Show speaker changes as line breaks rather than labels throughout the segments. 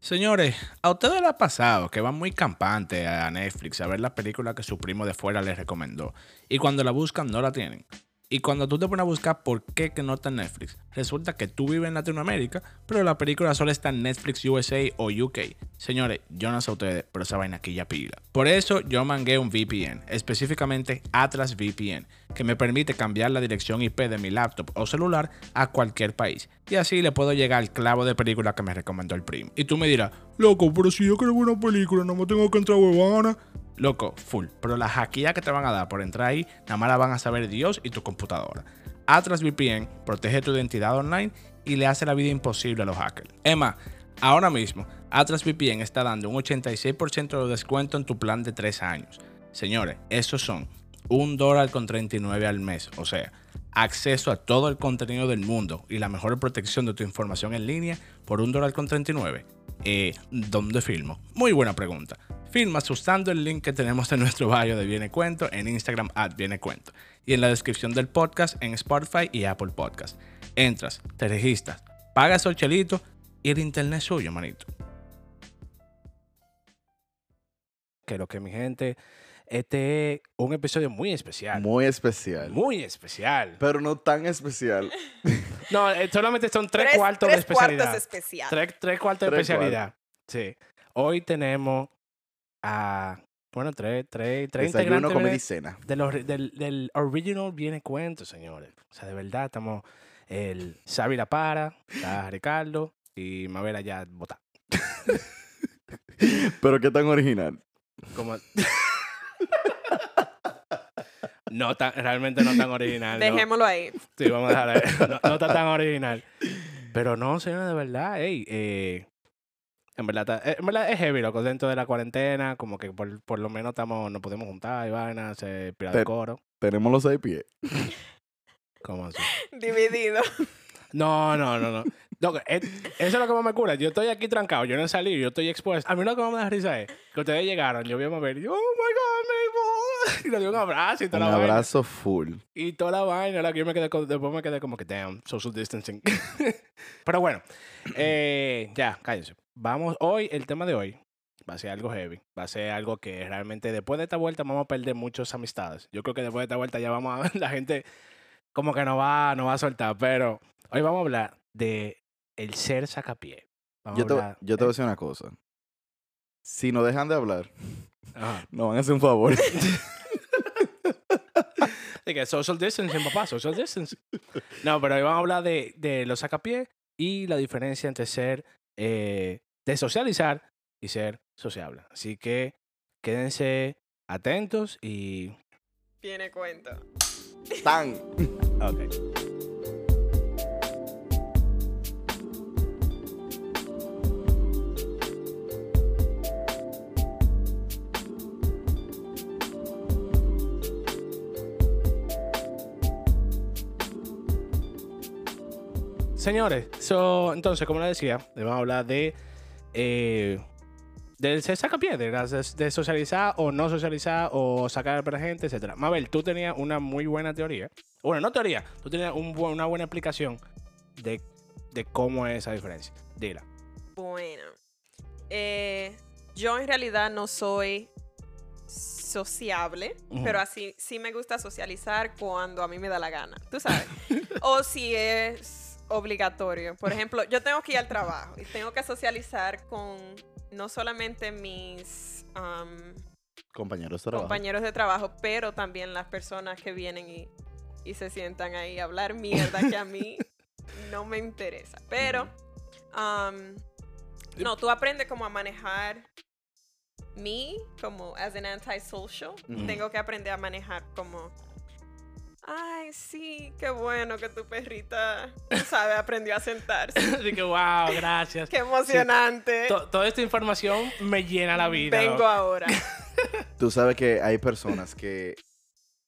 Señores, ¿a ustedes les ha pasado que van muy campantes a Netflix a ver la película que su primo de fuera les recomendó? Y cuando la buscan no la tienen. Y cuando tú te pones a buscar por qué que no está en Netflix, resulta que tú vives en Latinoamérica, pero la película solo está en Netflix USA o UK. Señores, yo no sé a ustedes, pero esa vaina aquí ya pila. Por eso yo mangué un VPN, específicamente Atlas VPN, que me permite cambiar la dirección IP de mi laptop o celular a cualquier país. Y así le puedo llegar al clavo de película que me recomendó el primo. Y tú me dirás, loco, pero si yo quiero ver una película, no me tengo que entrar a huevana. Loco, full. Pero la hackeada que te van a dar por entrar ahí, nada más la van a saber Dios y tu computadora. Atlas VPN protege tu identidad online y le hace la vida imposible a los hackers. Emma, ahora mismo, Atlas VPN está dando un 86% de descuento en tu plan de 3 años. Señores, esos son un dólar con 39 al mes, o sea, acceso a todo el contenido del mundo y la mejor protección de tu información en línea por un dólar con 39. Eh, ¿Dónde filmo? Muy buena pregunta. Filmas usando el link que tenemos en nuestro barrio de Viene Cuento en Instagram at Viene Cuento y en la descripción del podcast en Spotify y Apple Podcast. Entras, te registras, pagas el chelito y el internet es suyo, manito. Que lo que mi gente, este es un episodio muy especial.
Muy especial.
Muy especial.
Pero no tan especial.
No, eh, solamente son tres, cuartos de
tres
especialidad.
cuartos especial.
Tres, tres cuartos de
Tres
especialidad. Sí. Hoy tenemos a. Bueno, tres, tres, tres
Desayuno,
integrantes
comida y
¿verdad?
cena.
de los ri- del, del original viene cuento, señores. O sea, de verdad, estamos. El Xavi La Para, está Ricardo y Mabel allá botá.
Pero qué tan original.
Como. No tan, realmente no tan original. ¿no?
Dejémoslo ahí.
Sí, vamos a dejar ahí. No, no está tan original. Pero no, señor, de verdad, ey, eh, en verdad, está- eh, en verdad es heavy, loco, dentro de la cuarentena, como que por, por lo menos estamos, nos podemos juntar y vaina, se pira de
Pero-
coro.
Tenemos los seis pies.
¿Cómo así?
Dividido.
No, no, no, no. Loco, es- eso es lo que más me cura. Yo estoy aquí trancado, yo no he salido, yo estoy expuesto. A mí lo que más me da risa es que ustedes llegaron, yo vi a Mabel y yo, oh my god, mi amor", Y le di un abrazo y
Un
toda la vaina.
abrazo full.
Y toda la vaina, la que yo me quedé, co- después me quedé como que, damn, social distancing. Pero bueno, eh, ya, cállense. Vamos, hoy, el tema de hoy va a ser algo heavy. Va a ser algo que realmente después de esta vuelta vamos a perder muchas amistades. Yo creo que después de esta vuelta ya vamos a, la gente como que no va, no va a soltar. Pero hoy vamos a hablar de el ser sacapié. Vamos
Yo
a
te,
hablar-
yo te voy a decir una cosa. Si no dejan de hablar,
Ajá.
nos van a hacer un favor.
De que social distancing, papá, social distancing. No, pero hoy vamos a hablar de, de los sacapiés y la diferencia entre ser, eh, de socializar y ser sociable. Así que quédense atentos y...
Tiene cuento.
Tan.
Ok. Señores, so, entonces, como les decía, les vamos a hablar de... eh, del se saca pie, de, las- de socializar o no socializar o sacar para gente, etcétera. Mabel, tú tenías una muy buena teoría. Bueno, no teoría, tú tenías un bu- una buena explicación de, de cómo es esa diferencia. Dila.
Bueno. Eh, yo en realidad no soy sociable,
Ujú.
pero así sí me gusta socializar cuando a mí me da la gana, tú sabes. o si es obligatorio. Por ejemplo, yo tengo que ir al trabajo y tengo que socializar con no solamente mis am,
Compañeros de trabajo.
compañeros de trabajo, pero también las personas que vienen y, y se sientan ahí a hablar mierda que a mí no me interesa. Pero, um, no, tú aprendes como a manejar mí como as an antisocial.
Ujú.
Tengo que aprender a manejar como... Ay, sí, qué bueno que tu perrita, tú sabes, aprendió a sentarse.
Así que, wow, gracias.
Qué emocionante.
To- toda esta información me llena la vida.
Vengo
loco.
ahora.
Tú sabes que hay personas que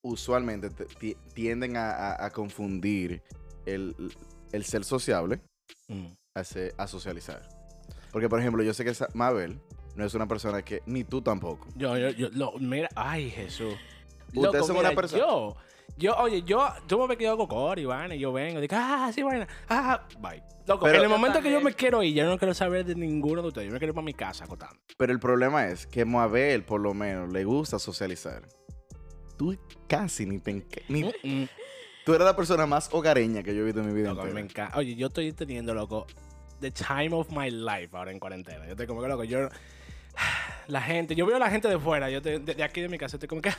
usualmente te- ti- tienden a, a- a confundir el, el ser sociable
Mm.
a, se- a socializar. Porque, por ejemplo, yo sé que Sa- Mabel no es una persona que, ni tú tampoco.
Yo, yo, yo, lo- mira, ay, Jesús.
Ustedes
Loco,
son
mira,
una persona.
Yo, yo, oye, yo, tú me ves que yo hago core, Ivana, y yo vengo, digo, ah, sí, Ivana, ah, bye. Loco,
Pero-
en el momento que yo
También.
me quiero ir, yo no quiero saber de ninguno de ustedes, yo me quiero ir para mi casa acotando.
Pero el problema es que Moabel, por lo menos, le gusta socializar. Tú casi ni te. enca- ni-
Mm,
tú eres la persona más hogareña que yo he visto en mi vida.
loco, me
entera.
encanta. Oye, yo estoy teniendo, loco, the time of my life ahora en cuarentena. Yo estoy como que, loco, yo. La gente, yo veo a la gente de fuera, yo estoy- de, de aquí de mi casa, estoy como que,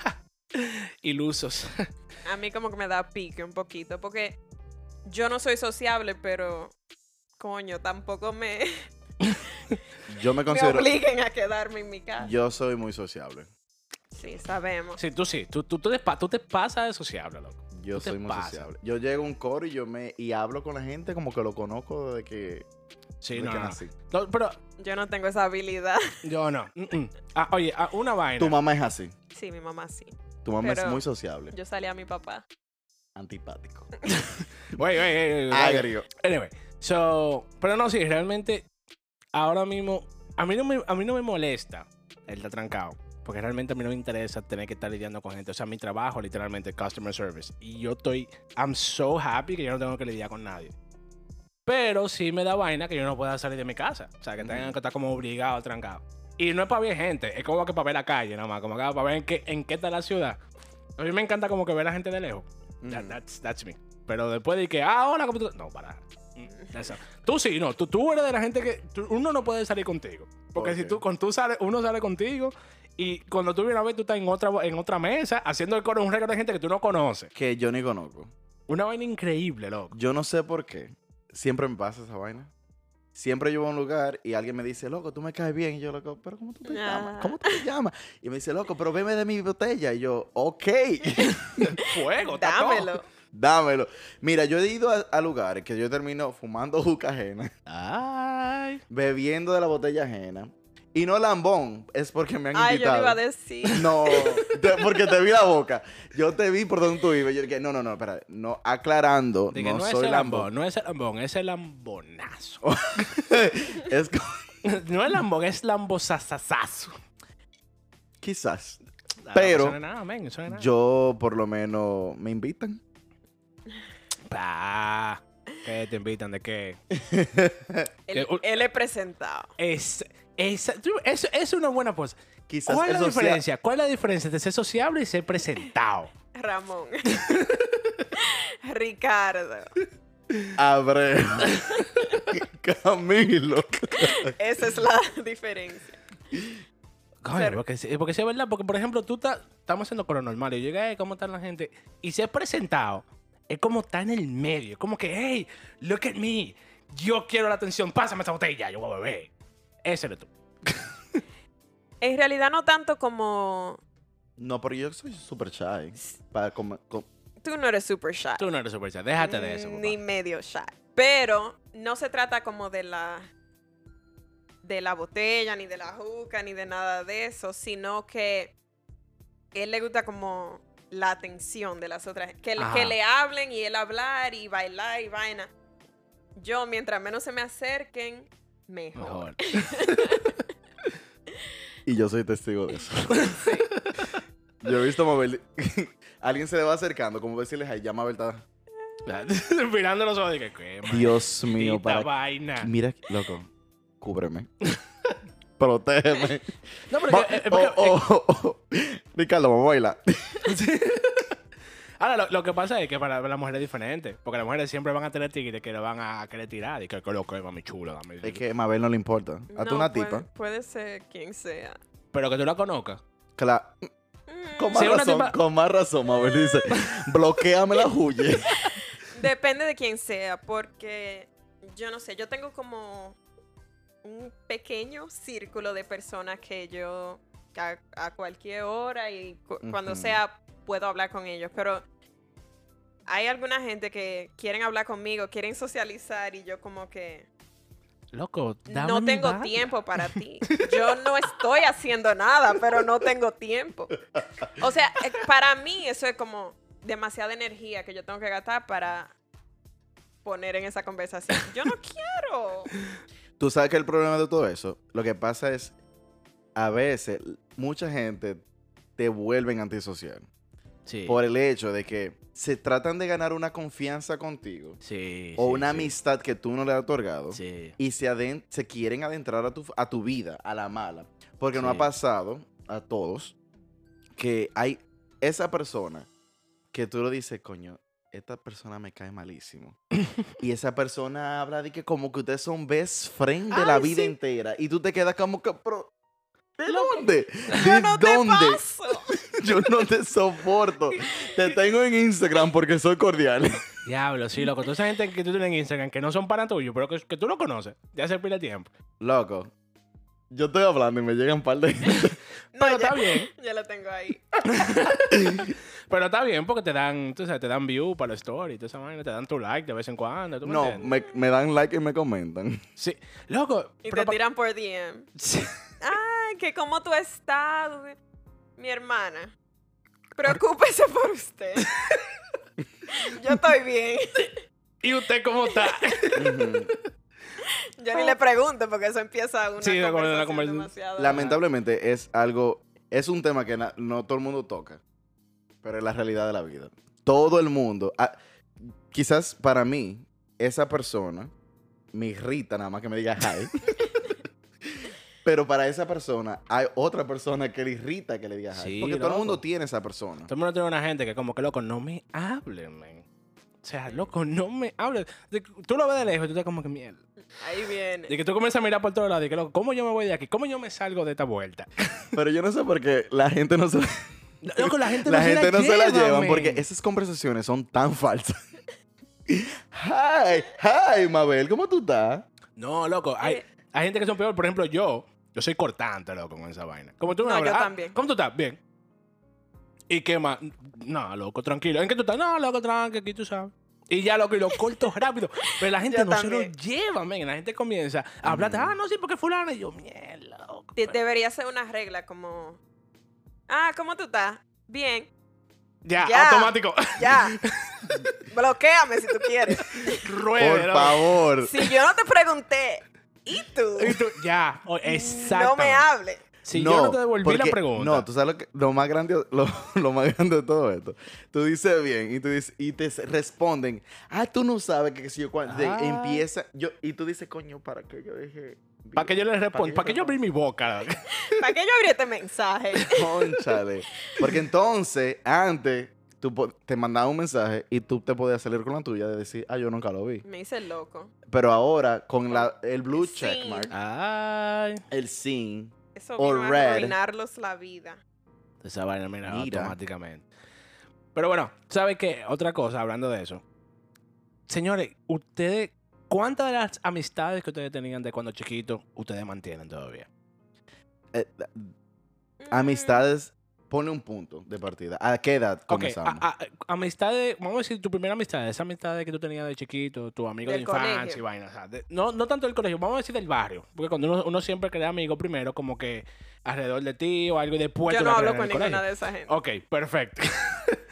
ilusos.
A mí como que me da pique un poquito porque yo no soy sociable, pero coño, tampoco me,
Yo me
me
considero.
obliguen a quedarme en mi casa.
Yo soy muy sociable.
Sí, sabemos.
Sí, tú sí, tú, tú, tú, te, pa- tú te pasas de sociable, loco.
Yo
Tú te
soy muy
pasas.
sociable. Yo llego a un coro y yo me y hablo con la gente como que lo conozco desde que,
Sí,
desde
no,
que
no.
nací.
No, Pero
Yo no tengo esa habilidad.
yo no. Mm, mm. Ah, oye, ah, una vaina.
Tu mamá es así.
Sí, mi mamá sí.
Tu mamá es
Pero-
muy sociable.
Yo salí a mi papá.
Antipático.
Oye, oye, oye, oye, oye.
Agrio.
Anyway, so, pero no, sí, realmente ahora mismo a mí no me, a mí no me molesta el estar trancado, porque realmente a mí no me interesa tener que estar lidiando con gente, o sea, mi trabajo literalmente customer service y yo estoy I'm so happy que yo no tengo que lidiar con nadie. Pero sí me da vaina que yo no pueda salir de mi casa, o sea, que tengan que estar como obligado trancado. Y no es para ver gente, es como que para ver la calle nada más, como que para ver en qué, en qué está la ciudad. A mí me encanta como que ver a la gente de lejos. That-
Mm.
that's, that's me. Pero después de que, ah, hola, ¿cómo tú? No, para. Mm, that's not- Tú sí, no. Tú, tú eres de la gente que. tú- uno no puede salir contigo. Porque
¿Por
si
qué?
tú, con tú sales, uno sale contigo. Y cuando tú vienes a ver, tú estás en otra, en otra mesa haciendo el coro un récord de gente que tú no conoces.
Que yo ni conozco.
Una vaina increíble, loco.
Yo no sé por qué. Siempre me pasa esa vaina. Siempre yo voy a un lugar y alguien me dice, loco, tú me caes bien. Y yo, loco, pero ¿cómo tú te llamas?
Ah.
¿Cómo tú te llamas? Y me dice, loco, pero veme de mi botella. Y yo, ok,
Fuego, Oh, está todo.
Dámelo.
dámelo. Mira, yo he ido a, a lugares que yo termino fumando juca ajena,
Ay.
bebiendo de la botella ajena. Y no lambón, es porque me han
Ay, yo
invitado.
le iba a decir.
No, te- porque te vi la boca. Yo te vi por donde tú ibas. Yo dije, no, no, no, espera. No, aclarando,
Dije,
no,
no, es
soy
el lambón,
lambón.
no es el lambón, es el lambonazo.
es co-
no es lambón, es lambosasasazo.
quizás.
Ah, no
Pero
suena nada, men, no suena nada.
Yo, por lo menos, me invitan.
Pa, ¿Qué Ah, te invitan? ¿De qué?
Él,
Que un-
él es presentado.
Es, es, tú- eso- es una buena cosa.
Quizás
¿Cuál es la
eso sea-
diferencia? ¿Cuál es la diferencia entre ser sociable y ser presentado?
Ramón. Ricardo.
Abreu. Camilo.
Esa es la diferencia.
Coño,
Ser-
porque, sí- porque sí es verdad, porque por ejemplo, tú estás- estamos haciendo con lo normal. Y yo llegué, "Ey, ¿cómo está la gente? Y ser presentado es como estar en el medio. Es como que, hey, look at me. Yo quiero la atención, pásame esa botella, yo voy a beber. Ese eres tú.
En realidad no tanto como
No, pero yo soy super shy. Para com- com-
tú no eres super shy.
Tú no eres sorpresa, déjate de eso.
Mm, Ni
papá.
medio shy. Pero no se trata como de la de la botella, ni de la juca, ni de nada de eso, sino que él le gusta como la atención de las otras, que, le-
Ajá.
que le hablen y él hablar y bailar y vaina. Yo, mientras menos se me acerquen, mejor.
Mejor.
Y yo soy testigo de eso. Yo he visto a Mabel. Alguien se le va acercando, como decirles, ay, ya Mabel está.
Mirando los ojos, dije, qué
Dios mío,
maldita
para
vaina.
Mira, loco, cúbreme. Protégeme.
No, pero
Va-
que- eh, porque-
oh, oh, oh, oh. Ricardo, vamos a bailar.
Ahora, lo, lo que pasa es que para las mujeres es diferente. Porque las mujeres siempre van a tener tigres que le van a querer tirar. Y que que lo que mami chula, dame.
Es que a Mabel no le importa. A tu
No, pues.
una
puede-
tipa.
Puede ser quien sea.
Pero que tú la conozcas.
cla-
Mm,
Con más
Si una
razón,
tipa-
con más razón, Mabel dice, bloqueame la huye.
Depende de quién sea, porque yo no sé, yo tengo como un pequeño círculo de personas que yo a, a cualquier hora y cu- cuando
Ujú.
sea puedo hablar con ellos, pero hay alguna gente que quieren hablar conmigo, quieren socializar y yo como que
Loco, dame
no
mi
tengo
vaina.
tiempo para ti. Yo no estoy haciendo nada, pero no tengo tiempo. O sea, eh, para mí eso es como demasiada energía que yo tengo que gastar para poner en esa conversación. Yo no quiero.
Tú sabes que el problema de todo eso, lo que pasa es, a veces, mucha gente te vuelven antisocial.
Sí.
por el hecho de que se tratan de ganar una confianza contigo
sí,
o
sí,
una
sí.
amistad que tú no le has otorgado
Sí.
y se, aden- se quieren adentrar a tu, a tu vida, a la mala. Porque no
Sí.
ha pasado a todos que hay esa persona que tú lo dices, coño, esta persona me cae malísimo. y esa persona habla de que como que ustedes son best friend de la
Ay,
vida
sí.
entera. Y tú te quedas como que, pero... ¿De dónde?
Yo
¿De
no te
dónde?
paso.
Yo no te soporto. Te tengo en Instagram porque soy cordial.
Diablo, sí, loco. Toda esa gente que tú tienes en Instagram que no son para tuyo, pero que, que tú lo conoces. Ya se pide tiempo.
Loco, yo estoy hablando y me llegan un par de...
No,
Pero
ya,
está bien.
ya la tengo ahí.
Pero está bien porque te dan, tú sabes, te dan view para la story, toda esa vaina, te dan tu like de vez en cuando. ¿tú me
No,
entiendes?
me, me dan like y me comentan.
Sí. Loco.
Y
pero
te
pa-
tiran por DM.
Sí.
Ay, que cómo tú estás. Mi hermana. Preocúpese por usted. Yo estoy bien.
¿Y usted cómo está?
Ujú.
Yo ni le pregunto porque eso empieza una
Sí, de acuerdo,
conversación
una conversación.
demasiado-
Lamentablemente es algo, es un tema que na- no todo el mundo toca, pero es la realidad de la vida. Todo el mundo, ah, quizás para mí, esa persona me irrita nada más que me diga hi. pero para esa persona hay otra persona que le irrita que le diga hi.
Sí,
porque todo el mundo
loco.
tiene esa persona.
Todo el mundo tiene una gente que como que, loco, no me hablen, man. O sea, loco, no me hables. De- Tú lo ves de lejos y tú estás como que mierda.
Ahí viene.
Y que tú comienzas a mirar por todos lados y que, loco, ¿cómo yo me voy de aquí? ¿Cómo yo me salgo de esta vuelta?
Pero yo no sé por qué la gente no se,
Loco, la gente
la
no
gente
se la
no se la llevan
man.
porque esas conversaciones son tan falsas. hi, hi, Mabel, ¿cómo tú estás?
No, loco, hay,
Eh.
hay gente que son peor. Por ejemplo, yo, yo soy cortante, loco, con esa vaina. Como tú me
No, yo
hablas, "Ah,
también.
¿Cómo tú estás? Bien. ¿Y qué más? No, loco, tranquilo. ¿En qué tú estás? No, loco, tranquilo, aquí tú sabes. Y ya, loco, y lo corto rápido. Pero la gente
Yo
no se
también. Mm.
lo lleva, men. La gente comienza a hablar. Ah, no, sí, porque fulano. Y yo, mierda, loco.
De- debería ser una regla como. Ah, ¿cómo tú estás? Bien.
Ya,
Ya.
automático.
Ya. Bloquéame si tú quieres.
Ruede,
Por
loco.
favor.
Si yo no te pregunté, ¿y tú?
Y tú- Ya, o- exacto.
No me hables.
Si yo no te devolví la
porque-
pregunta.
No, tú sabes lo, que- lo más grande, lo, lo más grande de todo esto. Tú dices bien y, tú dices, y te s- responden, ah, tú no sabes que, que si yo cuando
Ah.
empieza, yo, y tú dices, coño, ¿para qué yo dije?
¿Para que yo le responda? ¿Para que yo abrí
responda?
mi boca? loco?
¿Para qué yo abrí este mensaje?
Cónchale. Porque entonces, antes, tú po- te mandaba un mensaje y tú te podías salir con la tuya de decir, ah, yo nunca lo vi.
Me hice loco.
Pero ahora, con la, el blue
Sí.
checkmark,
Ay.
el sin,
Eso
O
vino a
red.
arruinarlos la vida.
Esa vaina mira,
Mira.
automáticamente. Pero bueno, ¿sabes qué? Otra cosa, hablando de eso. Señores, ustedes, ¿cuántas de las amistades que ustedes tenían de cuando chiquitos ustedes mantienen todavía?
eh,
Mm.
Ah.
amistades, pone un punto de partida. ¿A qué edad
Ok, ah,
comenzamos?
a- a- a- amistades, vamos a decir tu primera amistad, esa amistad que tú tenías de chiquito, tu amigo de
Del
infancia
colegio.
y vaina. o sea, de- no, no tanto del colegio, vamos a decir del barrio. Porque cuando uno, uno siempre crea amigos primero, como que alrededor de ti o algo y después.
Yo
tú
no
la
hablo
creas
con
en el
ninguna
colegio.
de esa gente.
Ok, perfecto.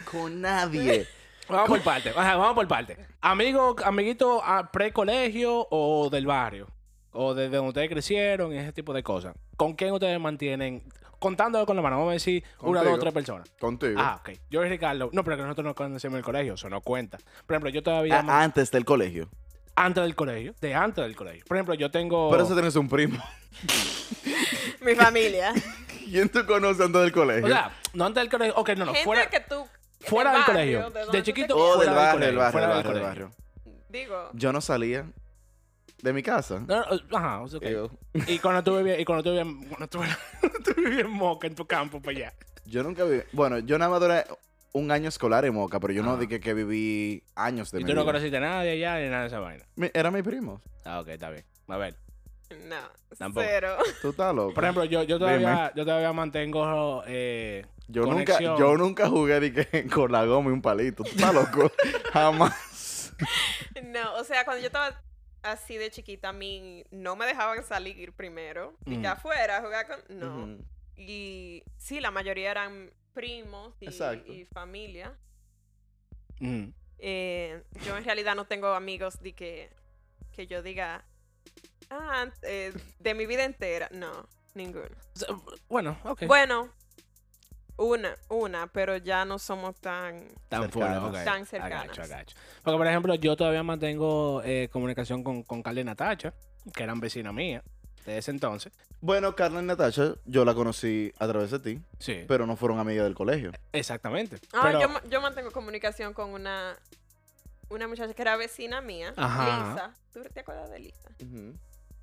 Con nadie.
Vamos por parte, ajá, vamos por parte. Amigo, amiguito ah, pre-colegio o del barrio, o desde donde ustedes crecieron y ese tipo de cosas. ¿Con quién ustedes mantienen? Contándolo con la mano, vamos a decir una,
Contigo.
dos, tres personas.
Contigo.
Ah, ok. Yo y Ricardo, no, pero que nosotros no conocemos el colegio, eso no cuenta. Por ejemplo, yo todavía
A-
man-
antes del colegio.
antes del colegio, de antes del colegio. Por ejemplo, yo tengo.
Por ah. eso tienes un primo.
Mi familia.
¿Quién tú conoces antes del colegio?
o sea, no antes del colegio, ok, no, no,
gente
fuera,
que tú.
fuera del,
barrio,
colegio. De,
de donde tú te
chiquito,
o Oh, del
fuera
barrio, del
colegio,
barrio,
fuera
del
del
barrio, del
colegio.
barrio.
Digo.
Yo no salía de mi casa.
No, no, ajá, o sea, ok.
Yo,
Y cuando tú vivías, y cuando tú vivías, cuando tú, cuando tú vivías en Moca, en tu campo, pues para allá.
yo nunca viví. Bueno, yo nada más duré un año escolar en Moca, pero yo no
Ah.
dije que viví años de
Y
mi
tú no
vida.
conociste a nadie allá ni nada de esa vaina.
Mi- Era mi primo.
Ah, ok, está bien. A ver.
No.
Tampoco.
Cero.
Tú estás loco.
Por ejemplo, yo, yo, todavía, yo todavía mantengo. Eh,
yo, nunca,
conexión.
yo nunca jugué di que, con la goma y un palito. Tú estás loco. Jamás.
No, o sea, cuando yo estaba así de chiquita, a mí no me dejaban salir primero. Y
Ujú.
que afuera a jugar con. No.
Ujú.
Y sí, la mayoría eran primos y,
Exacto.
y familia.
mm,
Eh, yo en realidad no tengo amigos de que, que yo diga, ah, ant- eh, de mi vida entera. No, ninguno.
bueno, ok.
Bueno, Una, una, pero ya no somos tan...
Tan fuera,
Cercanas.
ok.
Tan cercanas.
Agacho, agacho. Porque, por ejemplo, yo todavía mantengo eh, comunicación con, con Carla y Natacha, que eran vecinas mías de ese entonces.
Bueno, Carla y Natasha, yo la conocí a través de ti,
Sí.
pero no fueron amigas del colegio.
Exactamente.
Ah,
pero,
yo, ma- yo mantengo comunicación con una, una muchacha que era vecina mía,
Ajá.
Lisa. ¿Tú te acuerdas de Lisa?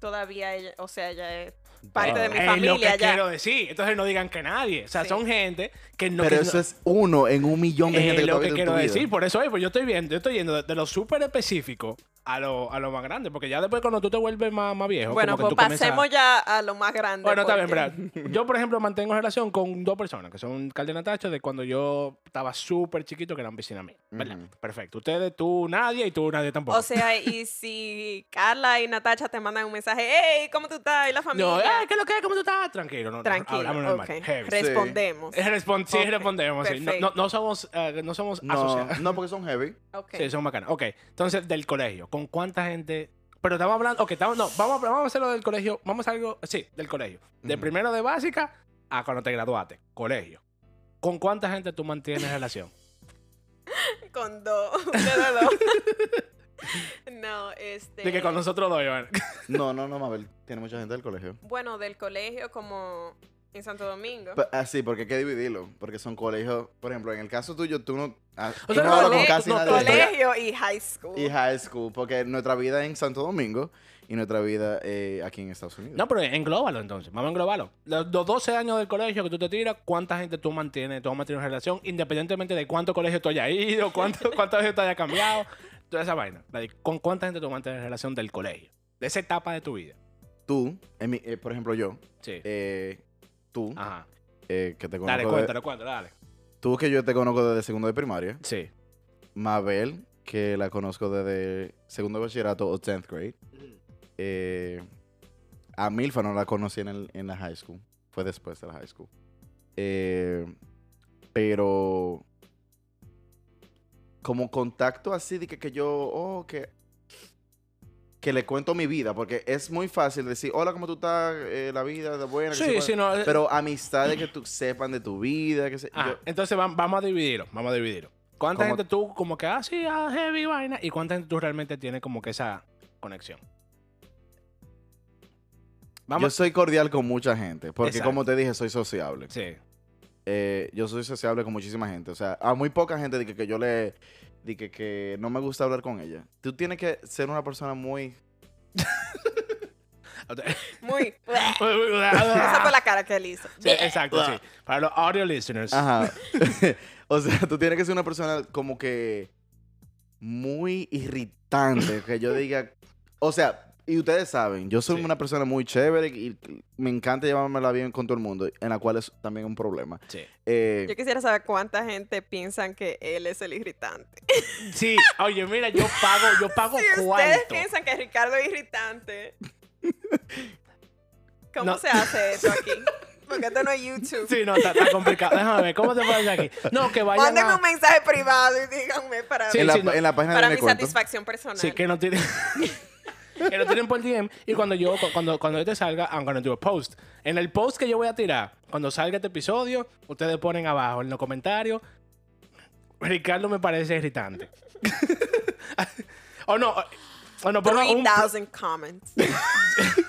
Todavía ella, o sea, ella es...
eh,
Parte de mi
es
familia
lo que
ya.
quiero decir. Entonces no digan que nadie. O sea,
Sí.
son gente que no...
pero
que
eso
no-
es uno en un millón de
es
gente que tú
Eh, lo
has
que
visto en
quiero
tu vida.
decir. Por eso es, pues yo estoy viendo, yo estoy yendo de, de lo súper específico a lo, a lo más grande. Porque ya después cuando tú te vuelves más, más viejo...
Bueno,
como
pues
que tú comienzas-
pasemos ya a lo más grande. pues.
Bueno, está bien,
porque-
pero yo, por ejemplo, mantengo relación con dos personas, que son Carla y Natacha, de cuando yo estaba súper chiquito, que eran vecinas mías. ¿Verdad?
Ujú.
Perfecto. Ustedes, tú, nadie, y tú, nadie tampoco.
O sea, y si Carla y Natacha te mandan un mensaje, hey, ¿cómo tú estás? ¿Y la familia?
no, "Eh, ¿qué es lo que es? ¿Cómo tú estás? Tranquilo, no, no,
Tranquilo,
hablamos normal.
ok.
Heavy.
Respondemos.
Eh, respon- sí,
Ok,
respondemos. sí. No,
perfecto.
no- no somos, eh, no somos
No,
asociados.
no, porque son heavy.
Ok.
Sí, son bacanas. Ok, entonces, del colegio, ¿con cuánta gente...? Pero estamos hablando... Ok, estamos... No, vamos, a- vamos a hacerlo del colegio. Vamos a algo... Sí, del colegio. De
Ujú.
primero de básica a cuando te graduaste. Colegio. ¿Con cuánta gente tú mantienes relación?
Con dos. ustedes dos. no, este...
De que con nosotros dos, Iván.
No, no, no, Mabel. Tiene mucha gente del colegio.
Bueno, del colegio como en Santo Domingo.
P- Ah, sí, porque hay que dividirlo. Porque son colegios. Por ejemplo, en el caso tuyo, tú no. ah,
O
tú
sea,
no
no,
hablas
no,
con casi
no,
nadie. del colegio.
colegio y high school.
Y high school. Porque nuestra vida es en Santo Domingo y nuestra vida eh, aquí en Estados Unidos.
No, pero englóbalo entonces. Vamos a englobarlo. Los, los 12 años del colegio que tú te tiras, ¿cuánta gente tú mantienes? Tú has mantenido relación, independientemente de cuánto colegio tú hayas ido, cuánto, cuántas veces tú hayas cambiado. Toda esa vaina. La de ¿Con cuánta gente tú mantienes relación del colegio? De esa etapa de tu vida.
Tú, en mi- eh, por ejemplo, yo,
Sí.
eh, tú,
Ajá.
eh, que te conozco.
Ah. Dale,
de-
cuéntalo, cuéntalo, dale.
tú que yo te conozco desde segundo de primaria.
Sí.
Mabel, que la conozco desde segundo de bachillerato o 10th grade. Eh, a Milfa no la conocí en, el- en la high school. Fue después de la high school. Eh, pero como contacto así de que, que yo, oh, que, que le cuento mi vida, porque es muy fácil decir, hola, ¿cómo tú estás? Eh, la vida, de buena. que se
Sí,
puede".
sí, no. eh,
Pero amistades que tú sepan de tu vida, que se,
ah,
yo-
entonces vam- vamos a dividirlo. Vamos a dividirlo. ¿Cuánta
¿Cómo?
gente tú como que, ah, sí, ah, heavy vaina? ¿Y cuánta gente tú realmente tienes como que esa conexión?
Yo soy cordial con mucha gente, porque
Exacto.
como te dije, soy sociable.
Sí.
Eh, yo soy sociable con muchísima gente. O sea, a muy poca gente de que, que yo le... De que, que no me gusta hablar con ella. Tú tienes que ser una persona muy...
Muy. Esa fue
Sí,
la cara que él hizo.
exacto, sí. Para los audio listeners.
Ajá. o sea, tú tienes que ser una persona como que... Muy irritante. Que yo diga... O sea, y ustedes saben, yo soy
Sí.
una persona muy chévere y y me encanta llevármela bien con todo el mundo, en la cual es también un problema.
Sí.
Eh,
Yo quisiera saber cuánta gente piensan que él es el irritante.
Sí, oye, mira, yo pago, yo pago
Si ustedes
cuánto.
piensan que Ricardo es irritante, ¿cómo
No.
se hace eso aquí? Porque esto no es YouTube.
Sí, no, está, está complicado. Déjame ver, ¿cómo te puedes aquí? No, que vayan
Mándenme un
a...
mensaje privado y díganme para,
Sí,
en, la,
sí, no.
en la página
para
de
mi
Me Cuento.
satisfacción personal.
Sí, que no tienen... que no tienen por DM. Y cuando yo, cu- cuando, cuando yo te salga, I'm gonna do a post. En el post que yo voy a tirar, cuando salga este episodio, ustedes ponen abajo en los comentarios, Ricardo me parece irritante. o no, o no, pongan un...
3000 comments.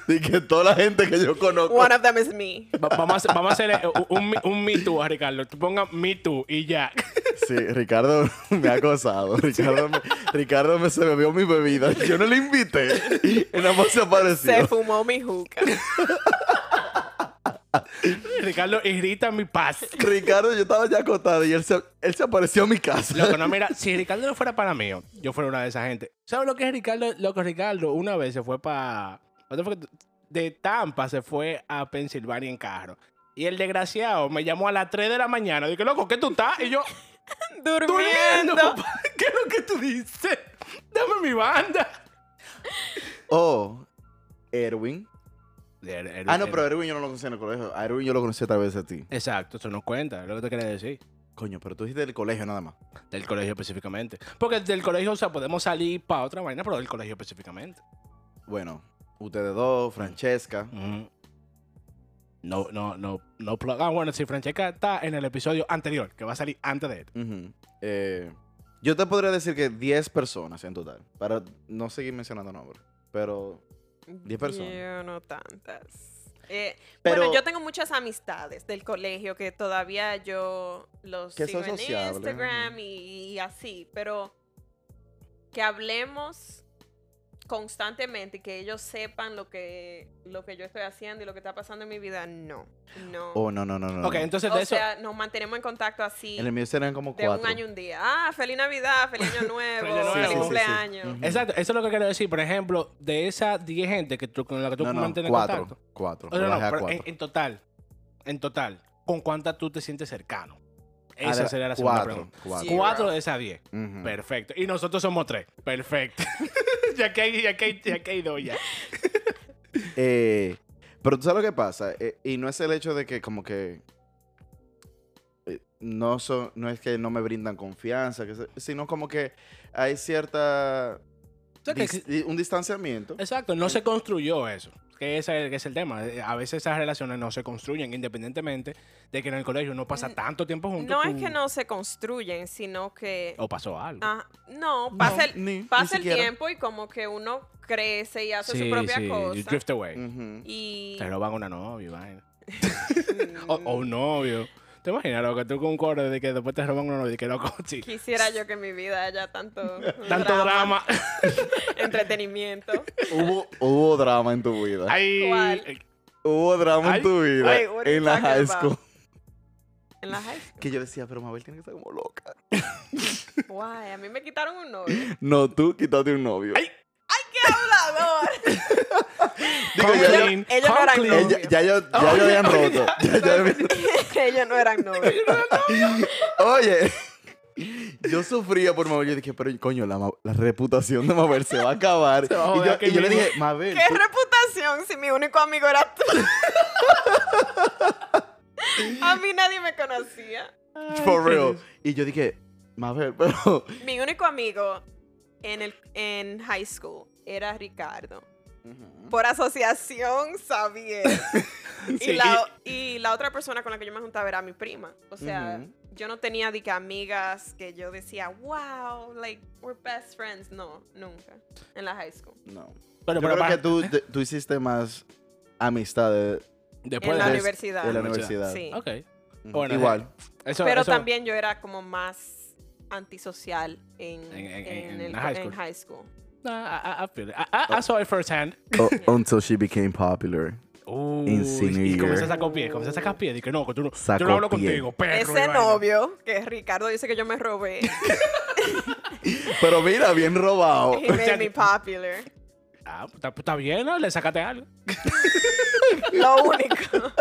Y que toda la gente que yo conozco.
One of them is me.
Va- vamos, a hacer, vamos a hacer eh, un, Me- un Me Too a Ricardo. Tú ponga Me Too y ya.
Sí, Ricardo me ha acosado. Ricardo, me, Ricardo me se bebió mi bebida. Yo no le invité. Y nada más se
Se
apareció.
fumó mi juca.
Ricardo irrita mi paz.
Ricardo, yo estaba ya acostado y él se, él se apareció a mi casa.
Loco, no, mira, si Ricardo no fuera para mí, yo fuera una de esa gente. ¿Sabes lo que es Ricardo? Lo que Ricardo una vez se fue para. De Tampa se fue a Pensilvania en carro. Y el desgraciado me llamó a las 3 de la mañana. Dije, loco, ¿qué tú estás? Y yo, durmiendo,
Durmiendo.
papá. ¿Qué es lo que tú dices? Dame mi banda.
Oh, Erwin.
Er- er-
Ah, no, pero
er-
Erwin yo no lo conocí en el colegio. A Erwin yo lo conocí a través de ti.
Exacto, eso no cuenta, es lo que te quería decir.
Coño, pero tú dijiste del colegio nada más.
Del colegio específicamente. Porque del colegio, o sea, podemos salir para otra vaina, pero del colegio específicamente.
Bueno, ustedes dos, Francesca.
Mm. No, no, no, no plug. Ah, bueno, si Francesca está en el episodio anterior, que va a salir antes de este.
Ujú. Eh, yo te podría decir que 10 personas en total, para no seguir mencionando nombres, pero Diez personas.
Yo no tantas. Eh,
Pero-
bueno, yo tengo muchas amistades del colegio que todavía yo los
Que
sigo
son
en
sociables,
Instagram
ujú.
y, y así, pero que hablemos constantemente y que ellos sepan lo que, lo que yo estoy haciendo y lo que está pasando en mi vida, no. No.
oh, no, no, no, no.
Ok,
no.
entonces
o
de eso.
sea, nos mantenemos en contacto así
en el mío serán como
de un
cuatro.
año y un día. Ah, feliz Navidad, feliz año nuevo,
Feliz año nuevo.
feliz
Sí, sí, sí, sí.
cumpleaños.
Ujú.
Exacto, eso es lo que quiero decir. Por ejemplo, de esas 10 gente que tú, con la que tú
no, no,
mantienes
cuatro,
contacto.
cuatro.
O sea,
lo
no,
bajé a
pero eh, en,
cuatro.
en total, en total, ¿con cuántas tú te sientes cercano?
Ah,
Esa
de-
sería la segunda
cuatro, Mm.
pregunta.
cuatro.
Sí.
Cuatro de esas 10.
Ujú.
Perfecto. Y nosotros somos tres. Perfecto. ya, que hay, ya, que hay, ya que hay dos ya.
Eh, pero tú sabes lo que pasa, eh, y no es el hecho de que como que eh, no son, no es que no me brindan confianza, que se- sino como que hay cierta
O sea, que
dis- di- un distanciamiento.
Exacto, no se construyó eso. Que ese, que es el tema. Eh, A veces esas relaciones no se construyen independientemente de que en el colegio no pasa
Mm,
tanto tiempo juntos.
No
tú-
es que no se construyen, sino que...
Oh.
O pasó algo.
Ah, no, pasa
No,
el,
ni- ni
pasa el
siquiera.
tiempo y como que uno crece y hace su propia
You
cosa.
drift away.
Ujú.
Y...
Te roban una novia, y vaina.
mm,
O, o un novio. ¿Te imaginas, loco? Tú con un cuadro de que después te roban una novia y que loco, sí.
Quisiera yo que en mi vida haya tanto,
Tanto drama.
entretenimiento.
hubo, hubo drama en tu vida.
Ay,
¿Cuál?
eh,
Hubo drama
Ay,
en tu vida
ay, what are you
en la
talking
high
about?
school.
En la high school.
Que yo decía, pero Mabel tiene que estar como loca.
Guay, a mí me quitaron un novio.
No, tú quítate un novio.
¡Hablador!
Digo, ya,
Conklin,
ya,
ellos- ellos no eran
Conklin.
novios.
ya, ya, yo- ya yo habían roto. Ya yo habían-
Ellos no eran novios.
Oye, yo sufría por Mabel. Yo dije, pero coño, la, ma- la reputación de Mabel se va a acabar.
va a
y
joder
yo,
aquí
y yo le
mismo.
dije, Mabel,
¡Qué
tú-
reputación si mi único amigo era tú! a mí nadie me conocía.
for real. Y yo dije, Mabel, pero.
Mi único amigo en, el, en high school era Ricardo. Por asociación, Xavier.
Sí,
y, la, y la otra persona con la que yo me juntaba era mi prima. O sea,
Ujú.
yo no tenía de que amigas que yo decía, wow, like, we're best friends. No, nunca. En la high school.
No.
Bueno,
Yo
pero
creo que
para-
tú, te- tú hiciste más amistad de,
después
en la
de
des-
eso.
universidad.
de la
universidad.
universidad.
Sí.
Ok.
Ujú.
Bueno,
Igual.
Eso-
Pero
eso-
también yo era como más antisocial en,
En- en-
en
en
el-
la high
en
school.
high school.
Nah, I, I- I feel it. I, I- I saw it first hand.
O- Oh, until she became popular.
Uh,
In senior
y comencé a
year.
sacar pie, comencé a sacar pie. Dije, no, que tú no, yo
Sacó
no hablo
pie.
contigo, perro. y
Ese
vaina.
novio que Ricardo dice que yo me robé
Pero mira, bien robado.
he made me popular.
Ah, pues, está, pues, está bien, ¿no? Le sacaste algo.
Lo único.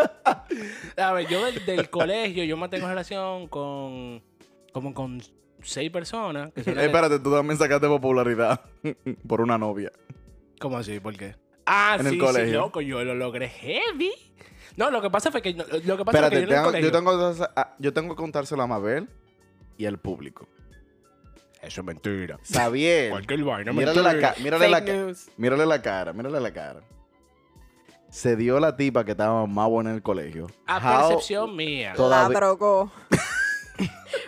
A ver, yo del, del colegio, yo mantengo relación con. como con seis personas. que son las que-
Espérate, tú también sacaste popularidad por una novia.
¿Cómo así? ¿Por qué? Ah,
En
sí,
el
sí,
colegio.
loco, yo lo logré heavy. No, lo que pasa fue que. no, Lo que pasa fue
Espérate,
que yo en el
tengo-
colegio.
yo, tengo, dos- ah, yo tengo que contárselo a Mabel y al público.
Eso es mentira.
Xavier,
Cualquier vaina,
mírale la,
mentira.
ca- mírale la
Fake
ca-
news.
mírale la cara, mírale la cara. Se dio la tipa que estaba más buena en el colegio.
A
How-
Ah, percepción mía.
La
Todavía-
drogó.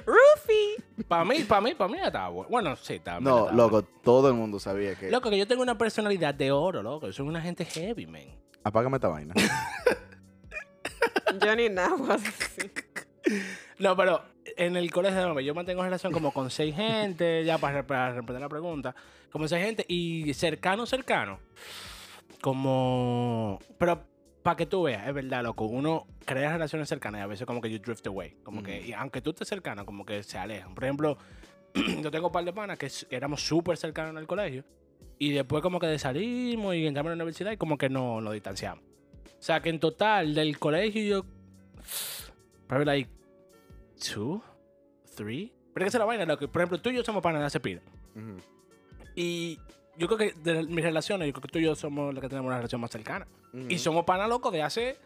Rufy.
Para mí, para mí, para mí ya estaba bueno. Ah, Bueno, sí, estaba bien,
No,
estaba
loco, todo el mundo sabía que...
bueno. Loco, que yo tengo una personalidad de oro, loco. Yo soy una gente heavy, man.
Apágame esta vaina.
Johnny Nahuas. Sí.
No, pero en el colegio de hombre, yo mantengo relación como con seis gente, ya para, para responder la pregunta, como seis gente y cercano, cercano. Como... Pero para que tú veas, es verdad, loco, uno crea relaciones cercanas y a veces como que you drift away. Como que,
Ujú.
y aunque tú estés cercano, como que se alejan. Por ejemplo, yo tengo un par de panas que s- éramos súper cercanos en el colegio y después como que salimos y entramos a la universidad y como que no nos distanciamos. O sea que en total del colegio yo... Probably like two, three. Pero esa es la vaina, loco. Por ejemplo, tú y yo somos panas de hace pila.
Ujú.
Y yo creo que de mis relaciones, yo creo que tú y yo somos los que tenemos una relación más cercana. Y
Ujú.
somos panas locos de hace.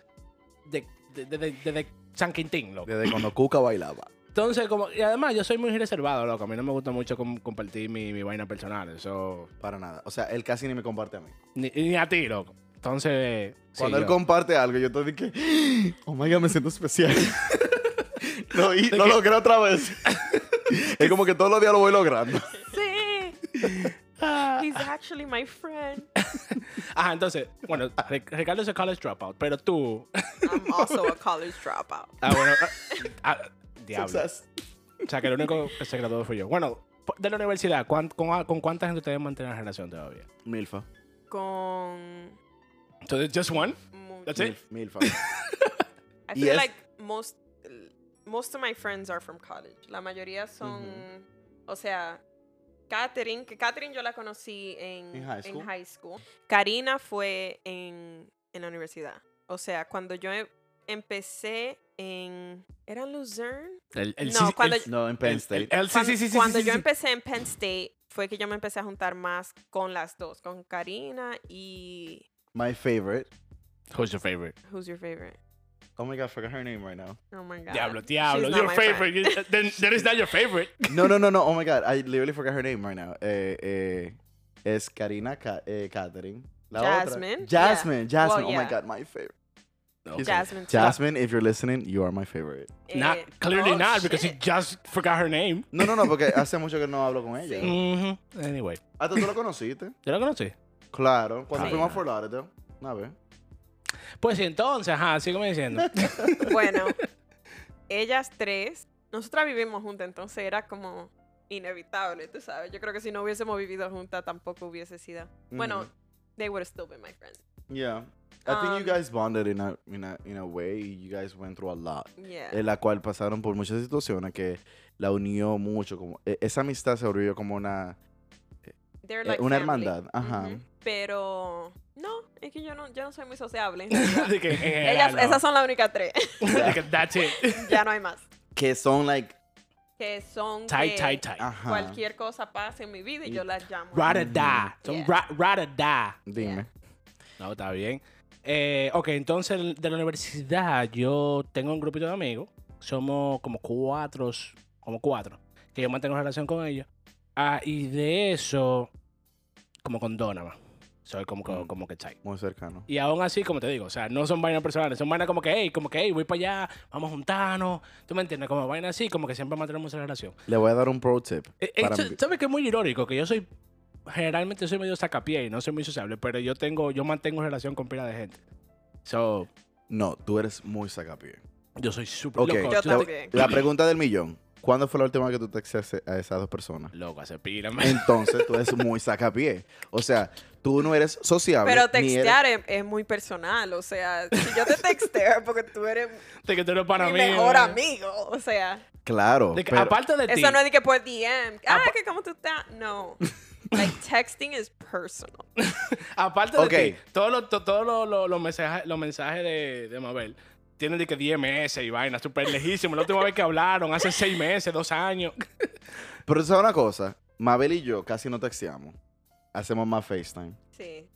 de- de- de- de- desde San Quintín, loco.
Desde cuando Cuca bailaba.
Entonces, como. Y además, yo soy muy reservado, loco. A mí no me gusta mucho com- compartir mi, mi vaina personal. Eso.
Para nada. O sea, él casi ni me comparte a mí.
Ni, ni a ti, loco. Entonces. sí,
Cuando él
yo-
comparte algo, yo te dije, oh my god, me siento especial. no, y
De
lo
que-
logré otra vez. es como que todos los días lo voy logrando.
Sí. He's actually my friend.
Ajá, entonces, bueno, Re- Ricardo es a college dropout, pero tú.
I'm also a college dropout.
Ah, bueno. ah, ah, diablo.
Success.
O sea, que el único que se graduó fui yo. Bueno, de la universidad, ¿cuán- con, ah, con cuánta gente ustedes mantienen la relación todavía?
Milfa.
Con
Entonces, just one.
mucho.
That's it.
Milf- Milfa.
I
Y
feel
es-
like most most of my friends are from college. La mayoría son, o sea, Katherine, que Katherine yo la conocí en,
En high school.
school. Karina fue en, en la universidad. O sea, cuando yo em- empecé en ¿era en Luzerne?
Mm, El, el-
No,
sí,
cuando-
el-
no, en Penn State.
el- el- sí,
Cuando,
sí, sí, sí,
cuando
sí,
yo
sí.
empecé en Penn State fue que yo me empecé a juntar más con las dos, con Karina y
My favorite.
Who's your favorite?
Who's your favorite?
Oh my god, I forgot her name right now.
Oh my god.
Diablo, diablo.
She's not
Your
my friend.
favorite. You- Then, then it's not your favorite.
No, no, no, no. Oh my god, I literally forgot her name right now. Eh, eh, es Karina Ka eh, Catherine. La
Jasmine?
Otra. Jasmine.
Yeah.
Jasmine.
Well,
oh
yeah.
my god, my favorite. She's-
Jasmine. too.
Jasmine, if you're listening, you are my favorite.
Eh,
Not, clearly
oh,
not, because you
shit.
just forgot her name.
No, no, no, porque hace mucho que no hablo con ella.
Sí.
Mhm. Anyway,
Hasta tú la conociste.
yo la conocí.
Claro, cuando
Sí.
fuimos a Fort Lauderdale. Una vez.
Pues sí, entonces, ajá, sigo me diciendo.
Bueno, ellas tres, nosotras vivimos juntas, entonces era como inevitable, tú sabes. Yo creo que si no hubiésemos vivido juntas tampoco hubiese sido. Bueno,
Ujú.
they would still be my friends.
Yeah. I think you
Um,
guys bonded in a, in a, in a way. You guys went through a lot.
Yeah.
en la cual pasaron por muchas situaciones que la unió mucho. Como, e- esa amistad se volvió como una...
They're
eh,
like
una
family.
hermandad, ajá.
Ujú. Pero no, es que yo no, yo no soy muy sociable. en realidad.
De que, en
ellas,
general, no.
esas son las únicas tres.
De que That's it.
ya no hay más.
Que son, like...
Que son
Tight,
que
tight, tight.
Ajá.
cualquier cosa pase en mi vida y yo las llamo.
Ride or die. Son
Mm-hmm. Yeah.
ri- ride or die.
Dime.
No, está bien. Eh, ok, entonces de la universidad yo tengo un grupito de amigos. Somos como cuatro, como cuatro, que yo mantengo relación con ellos. Ah, y de eso, como con Donovan. Soy como, que-
Mm.
como que chai.
Muy cercano.
Y aún así, como te digo, o sea, no son vainas personales, son vainas como que, hey, como que, hey, voy para allá, vamos a juntarnos. ¿Tú me entiendes? Como vainas así, como que siempre mantenemos esa relación.
Le voy a dar un pro tip.
Eh, eh,
para
sa-
mi-
¿Sabes qué es muy irónico? Que yo soy. Generalmente soy medio sacapié y no soy muy sociable, pero yo tengo, yo mantengo relación con pila de gente. So,
No, tú eres muy sacapié.
yo soy súper
Ok.
loco.
Yo
soy-
también.
La pregunta del millón. ¿Cuándo fue la última vez que tú texteaste a esas dos personas?
Loco, hace pila. man.
Entonces tú eres muy sacapié. O sea, tú no eres sociable.
Pero
ni eres-
textear es, es muy personal, o sea, si yo te texteo es porque tú eres
De que tú eres para
mi
mí.
mejor
man.
amigo, o sea,
Claro.
De que
pero-
aparte de ti.
eso no es de que por DM, ah,
Apa-
que cómo tú estás, no. Like, texting is personal.
Aparte
Ok.
de ti, todos los to- todos los- los- los mensajes, los mensajes de, de Mabel tienen de que 10 meses y vaina, súper lejísimo. La última vez que hablaron, hace 6 meses, 2 años.
Pero tú sabes una cosa. Mabel y yo casi no texteamos. Hacemos más FaceTime.
Sí,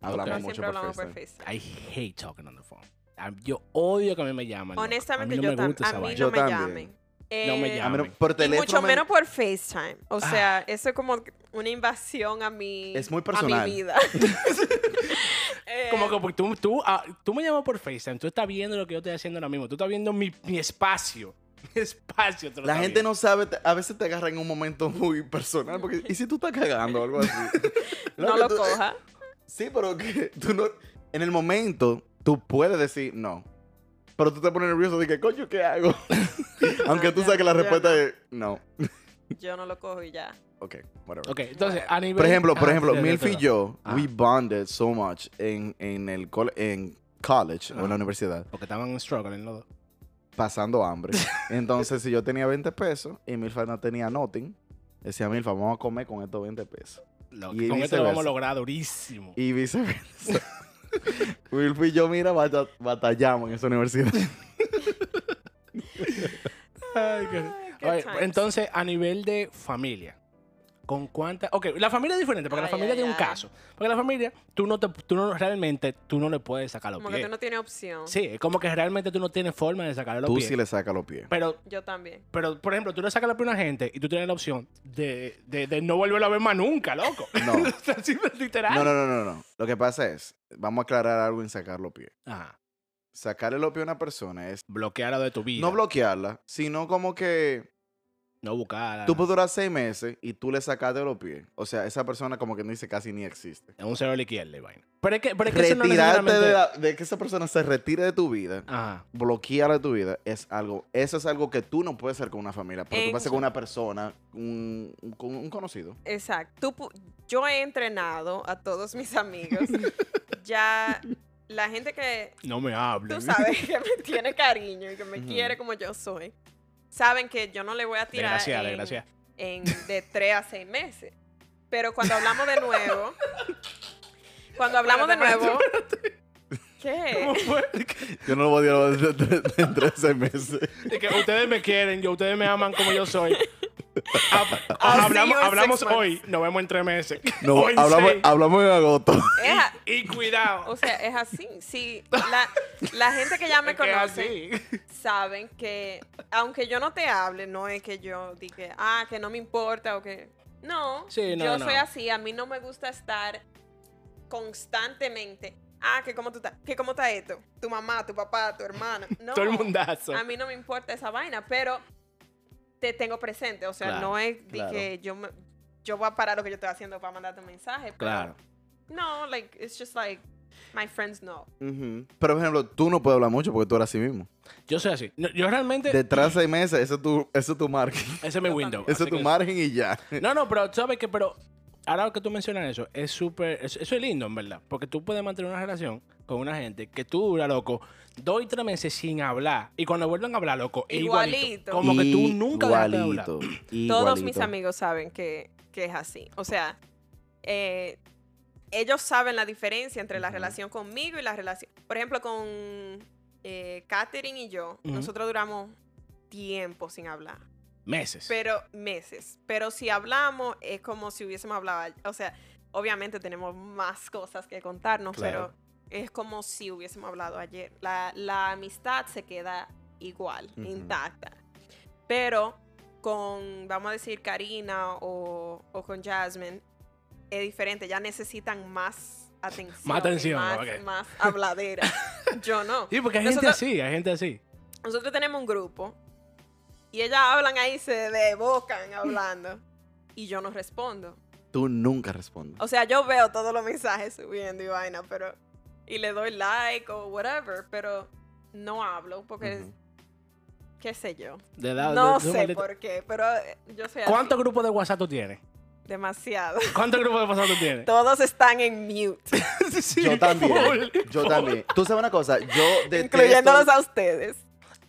Hablamos
pero
mucho
siempre
por
hablamos por
FaceTime.
FaceTime.
I hate talking on the phone. Ah, Yo odio que a mí me llaman. loco.
Honestamente,
a mí no
yo
me
tam-
gusta esa
a mí
vaina.
Yo
no me
también.
llamen.
No me
Eh,
A
llamen.
menos por
Y
teléfono.
mucho
me- Ah.
menos por FaceTime. O sea, eso es como una invasión a mi,
Es muy personal.
A mi vida. Eh,
Como que porque tú, tú, ah, tú me llamas por FaceTime, tú estás viendo lo que yo estoy haciendo ahora mismo, tú estás viendo mi, mi espacio. Mi espacio. te lo
La
estás
gente
viendo.
no sabe, te- a veces te agarra en un momento muy personal, porque ¿y si tú estás cagando o algo así?
no
que
lo
tú-
coja.
Sí, pero que tú no... En el momento, tú puedes decir no, pero tú te pones nervioso de que, coño, ¿qué hago? Aunque tú
ya,
sabes que la
ya
respuesta
no.
es no.
Yo no lo cojo y ya.
Ok, whatever.
Ok, entonces, a nivel.
Por ejemplo, por
Ah,
ejemplo,
sí, sí,
Milf
sí,
y
sí.
yo,
Ah.
we bonded so much en, en el col- en college o en
Ah.
la universidad,
Porque estaban struggling los dos.
pasando hambre. Entonces, si yo tenía 20 pesos y Milfa no tenía nothing, decía, Milfa, vamos a comer con estos 20 pesos.
Loco,
Y
Con esto lo vamos a
viceversa.
lograr durísimo.
y viceversa. Wilf y yo, mira, bata- batallamos en esa universidad.
Ay, qué-
Ah, good
Oye,
times.
entonces, a nivel de familia, ¿Con cuántas? Ok, la familia es diferente, porque la
Ay,
familia
ay,
tiene un
ay.
caso. Porque la familia, tú no te, tú no, realmente, tú no le puedes sacar los
Como que
pies.
tú no tienes opción.
Sí, es como que realmente tú no tienes forma de sacarle los
Tú
pies.
sí le sacas los pies.
Pero
Yo también.
Pero, por ejemplo, tú le sacas la primera gente y tú tienes la opción de, de- de no volverlo a ver más nunca, loco.
No.
O sea, sí, literal.
No, no, no, no, no. Lo que pasa es, vamos a aclarar algo en sacar los pies.
Ajá.
Sacarle los pies a una persona es
Bloquearla de tu vida.
no bloquearla, sino como que
no buscarla.
tú puedes durar seis meses y tú le sacaste los pies. O sea, esa persona como que no dice casi ni existe.
En un cero a la izquierda, y vaina. Pero es que, pero es que eso no
Retirarte de,
necesariamente-
la- de que esa persona se retire de tu vida,
Ajá.
bloquearla de tu vida, es algo, eso es algo que tú no puedes hacer con una familia, pero tú
En-
puedes hacer con una persona, un, un- con un conocido.
Exacto. Tú pu- yo he entrenado a todos mis amigos. ya la gente que
No me hables.
tú sabes que me tiene cariño y que me
Ujú.
quiere como yo soy, saben que yo no le voy a tirar
Desgraciada,
en-
desgraciada.
en de tres a seis meses. Pero cuando hablamos de nuevo, cuando hablamos de
Espérate,
nuevo,
¿Cómo
¿qué?
fue?
Yo no lo voy a decir en 13 meses.
De que ustedes me quieren, yo, ustedes me aman como yo soy. Hab-
I'll see
hablamos
you in
hablamos
six months.
hoy, nos vemos en tres meses.
No,
O en
hablamos,
seis.
hablamos en agosto.
Es a-
Y cuidado.
o sea, es así. Sí, la, la gente que ya me
Es que es
conoce
así.
saben que aunque yo no te hable, no es que yo diga, ah, que no me importa o que... No,
Sí, no,
yo
no.
soy así, a mí no me gusta estar constantemente, ah, que cómo tú estás, que cómo está esto, tu mamá, tu papá, tu hermana. No,
Todo el mundazo.
a mí no me importa esa vaina, pero te tengo presente, o sea,
Claro,
no es de
claro.
que yo, me- yo voy a parar lo que yo estoy haciendo para mandarte un mensaje. pero
Claro.
No, like, it's just like, my friends know.
Ujú. Pero, por ejemplo, tú no puedes hablar mucho porque tú eres así mismo.
Yo soy así. No, yo realmente.
Detrás de seis meses, eso es tu, eso es tu margen.
Ese es mi window.
Eso
así
es tu
que-
margen y ya.
No, no, pero sabes que, pero ahora que tú mencionas eso, es súper, es- eso es lindo, en verdad, porque tú puedes mantener una relación con una gente que tú dura, loco, dos y tres meses sin hablar, y cuando vuelven a hablar, loco, es igualito.
Igualito.
Como que tú nunca dejaste de hablar.
Igualito,
Todos mis
igualito.
amigos saben que, que es así. O sea, eh, ellos saben la diferencia entre la
Ujú.
relación conmigo y la relación. Por ejemplo, con eh, Katherine y yo,
Ujú.
nosotros duramos tiempo sin hablar.
Meses.
Pero meses. Pero si hablamos, es como si hubiésemos hablado. ayer. O sea, obviamente tenemos más cosas que contarnos,
Claro.
pero es como si hubiésemos hablado ayer. La, la amistad se queda igual,
Ujú.
intacta. Pero con, vamos a decir, Karina o, o con Jasmine, es diferente. Ya necesitan más atención.
Más
y
atención,
Más,
ok.
más habladera. Yo no.
Sí, porque hay
Nosotros-
gente así, hay gente así.
Nosotros tenemos un grupo y ellas hablan ahí, se debocan hablando y yo no respondo.
Tú nunca respondes.
O sea, yo veo todos los mensajes subiendo y vaina, pero. Y le doy like o whatever, pero no hablo porque,
Ujú.
qué sé yo.
De edad-
no
Ah, de- de-
sé
maldito-
por qué, pero eh, yo soy
¿Cuántos
así.
grupos de WhatsApp tú tienes?
Demasiado.
¿Cuántos grupos de WhatsApp tú tienes?
Todos están en mute,
Sí,
Yo también.
full.
Yo también. Tú sabes una cosa, yo detesto...
incluyéndolos a ustedes.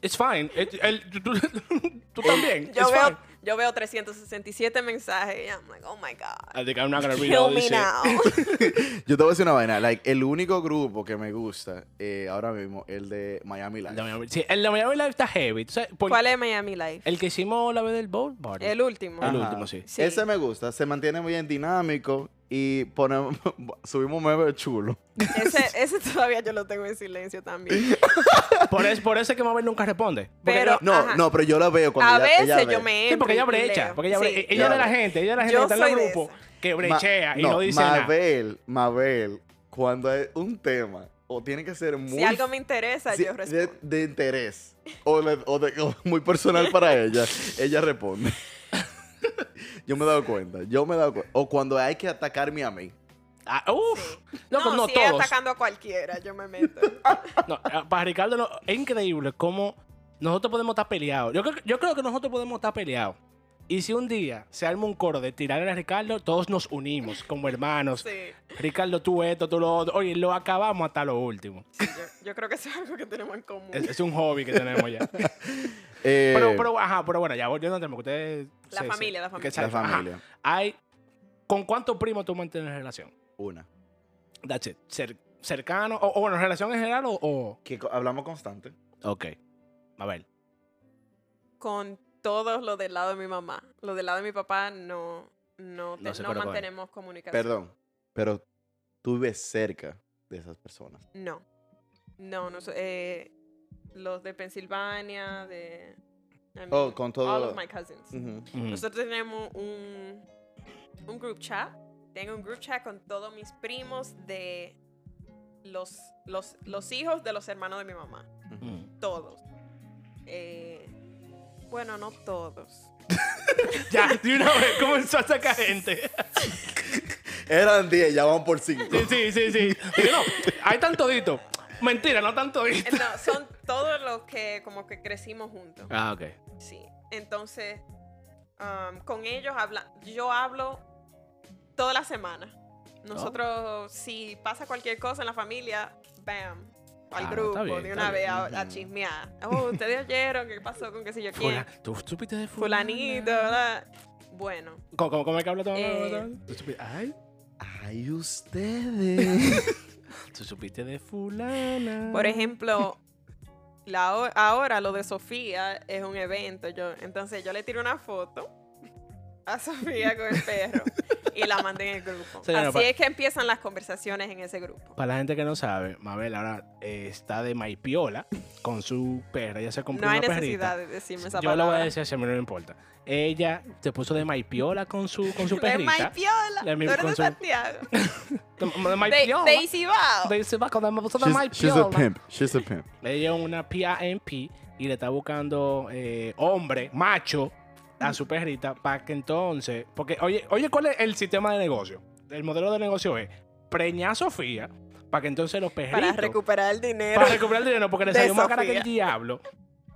It's fine. It- el- tú, tú- tú también.
Yo
It's
veo,
fine.
yo veo 367 mensajes y I'm like, oh my God.
I think I'm not gonna read all
Kill
this
me
shit.
now.
Yo te voy a decir una vaina. Like, el único grupo que me gusta eh, ahora mismo, el de Miami Live.
El de Miami- sí, el de Miami Live está heavy. ¿Tú sabes por-
¿Cuál es Miami Life?
El que hicimos la vez del bowl party.
El último.
El
Ajá.
último, sí.
Sí.
Ese me gusta, se mantiene muy bien dinámico y ponemos, subimos un meme chulo.
Ese, ese todavía yo lo tengo en silencio también.
Por, es, por eso es que Mabel nunca responde. Porque
Pero-
ella-
No,
Ajá.
no, pero yo la veo cuando
A
ella-
veces
ella
yo
ve.
me
sí, porque ella
entro y
brecha.
leo.
Porque ella,
Sí.
bre- ella es de la gente, ella es de la gente
Yo
que está en
soy
el
de
grupo que
Ma-
brechea y no, dice nada.
Mabel, Mabel, cuando hay un tema, o tiene que ser muy...
Si algo me interesa,
sí,
yo
de,
respondo.
de interés, o, le- o de- o muy personal para ella, ella responde. yo me he dado cuenta, yo me he dado cuenta. O cuando hay que atacarme a mí.
Ah, uf. Loco,
No,
no,
si es
todos.
atacando a cualquiera, yo me meto.
No, ah, para Ricardo no- es increíble cómo nosotros podemos estar peleados. Yo creo, que- yo creo que nosotros podemos estar peleados. Y si un día se arma un coro de tirarle a Ricardo, todos nos unimos como hermanos.
Sí,
Ricardo, tú esto, tú lo otro. Oye, lo acabamos hasta lo último.
sí, yo, yo creo que eso es algo que tenemos en común.
Es, es un hobby que tenemos ya.
Eh,
Pero, pero, ajá, pero bueno, ya volviendo al tema que ustedes...
La
sí, sí,
familia, la
que
familia.
la
exacto, ajá.
familia,
Hay, ¿Con cuántos primos tú mantienes relación?
una.
That's it. Cer- cercano, o, o bueno, relación en general o... o-
Que co- hablamos constante.
Ok. A ver.
Con todos los del lado de mi mamá. Los del lado de mi papá, no. no, te-
No sé,
no
pero con-
mantenemos comunicación.
Perdón, pero tú vives cerca de esas personas.
No. No, no so- eh, los de Pensilvania, de. I mean,
Oh, con todo
All
lo-
of my cousins.
Ujú.
Mm.
Nosotros tenemos un, un group chat. Tengo un group chat con todos mis primos de los, los, los hijos de los hermanos de mi mamá.
Mm.
Mm.
Todos. Eh, bueno, no todos.
Ya, de una vez comenzó a sacar gente.
Eran 10, ya van por 5.
Sí, sí, sí, sí. Digo, no, hay tan todito. Mentira, no tan todito.
Eh, No, son todos los que como que crecimos juntos.
Ah, ok.
Sí. Entonces, um, con ellos habla, yo hablo toda la semana.
Oh.
Nosotros, si pasa cualquier cosa en la familia, bam, al
Ah,
grupo,
está bien,
de
está
una vez
bien.
a, a chismear. Oh, ustedes oyeron qué pasó con qué sé yo quién.
Fula- ¿Tú supiste de fulana?
Fulanito, ¿verdad? Bueno,
¿Cómo, cómo, cómo es que habla todo?
Eh.
¿Tú supiste? Ay,
Ay, ustedes.
tú supiste de fulana.
por ejemplo, la, ho- ahora lo de Sofía es un evento. Yo, entonces yo le tiro una foto a Sofía con el perro y la mandé en el grupo.
Señora,
Así
pa-
es que empiezan las conversaciones en ese grupo.
Para la gente que no sabe, Mabel ahora eh, está de maipiola con su perra. Ella se compró
No hay
una
necesidad
perrita.
de decirme esa
Yo lo voy a
palabra.
decir así, a mí no me importa. Ella se puso de maipiola con su, con su
De
perrita.
Maipiola.
La mi-
Tú eres
con
de
su-
Santiago.
De, de
De,
maipiola.
de Isibao.
De- se va con- me puso de
she's, she's a
maipiola.
pimp. She's a pimp.
Le dieron una PIMP y le está buscando eh, hombre, macho, a su perrita para que entonces. Porque, oye, oye, ¿cuál es el sistema de negocio? El modelo de negocio es preñar a Sofía para que entonces los perritos.
Para recuperar el dinero.
para recuperar el dinero, porque le
de
salió más cara que
Sofía.
el diablo.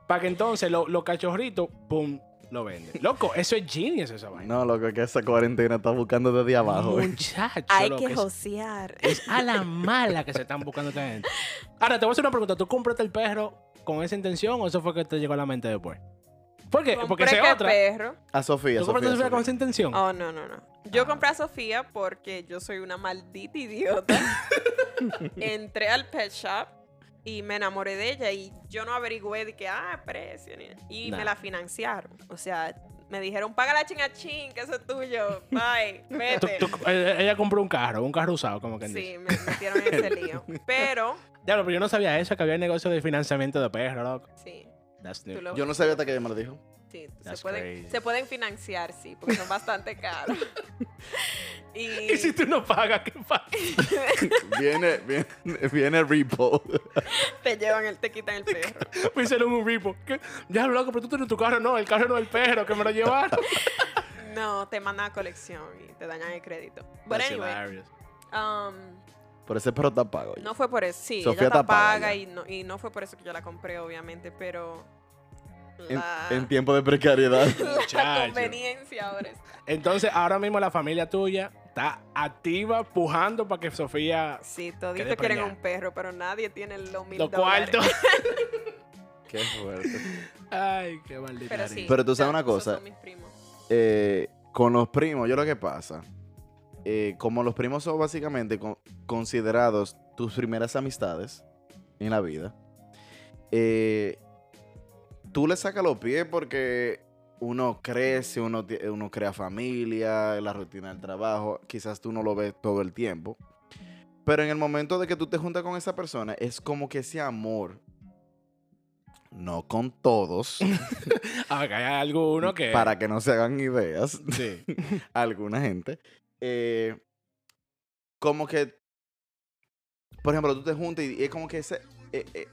Para que entonces lo- los cachorritos, pum, lo venden. Loco, eso es genius esa vaina.
No, loco, que esa cuarentena está buscando desde abajo. eh.
Muchacho,
Hay
loco,
que
es-
josear.
es, a la mala que se están buscando esta gente. Ahora, te voy a hacer una pregunta. ¿Tú compraste el perro con esa intención o eso fue que te llegó a la mente después? ¿Por qué? Porque
Compré
esa
qué
es otra.
perro.
A Sofía,
¿Tú compraste
Sofía.
el perro con esa
Sofía.
intención?
Oh, no, no, no.
Ah.
Yo compré a Sofía porque yo soy una maldita idiota. Entré al pet shop y me enamoré de ella y yo no averigüé de que, ah, precio. ni- Y
Nah.
me la financiaron. O sea, me dijeron, págala ching a chin, que eso es tuyo. Bye,
Tú-
vete.
tú- eh, ella compró un carro, un carro usado, como que
Sí, me metieron en ese lío. Pero,
Diablo, pero yo no sabía eso, que había negocio de financiamiento de perro, loco.
sí,
That's
tú
new.
lo-
Yo no sabía hasta que ella me lo dijo.
sí, se,
That's
pueden,
crazy.
se pueden financiar, sí, porque son bastante caros. y,
¿Y si tú no pagas, qué pasa?
Viene, viene, viene Repo.
te llevan, el, te quitan el perro.
Me hicieron un ripo. ¿Qué? Ya, loco, pero tú tienes tu carro. No, el carro no es el perro que me lo llevaron.
No, te mandan a colección y te dañan el crédito. Pero anyway, um,
Pero ese perro está pago. oye.
no fue por eso. Sí,
Sofía
ella
está
está
paga
paga
ya.
y no, y no fue por eso que yo la compré, obviamente, pero
en,
la,
en tiempo de precariedad.
la
Muchacho.
conveniencia ahora está.
Entonces, ahora mismo la familia tuya está activa, pujando para que Sofía
Sí,
Quedé
toditos quieren
preñada.
un perro, pero nadie tiene los mil
lo
dólares.
cuarto.
Qué fuerte.
Ay, qué maldita.
Pero
risa.
sí.
Pero tú sabes
ya,
una
esos
cosa.
son mis primos.
eh, con los primos, yo lo que pasa, eh, como los primos son básicamente con- considerados tus primeras amistades en la vida, eh, tú le sacas los pies porque uno crece, uno, tie- uno crea familia, la rutina del trabajo, quizás tú no lo ves todo el tiempo. Pero en el momento de que tú te juntas con esa persona, es como que ese amor, no con todos,
Acá hay alguno que.
para que no se hagan ideas,
Sí.
alguna gente, eh, como que, por ejemplo, tú te juntas y, y es como que ese, eh, eh,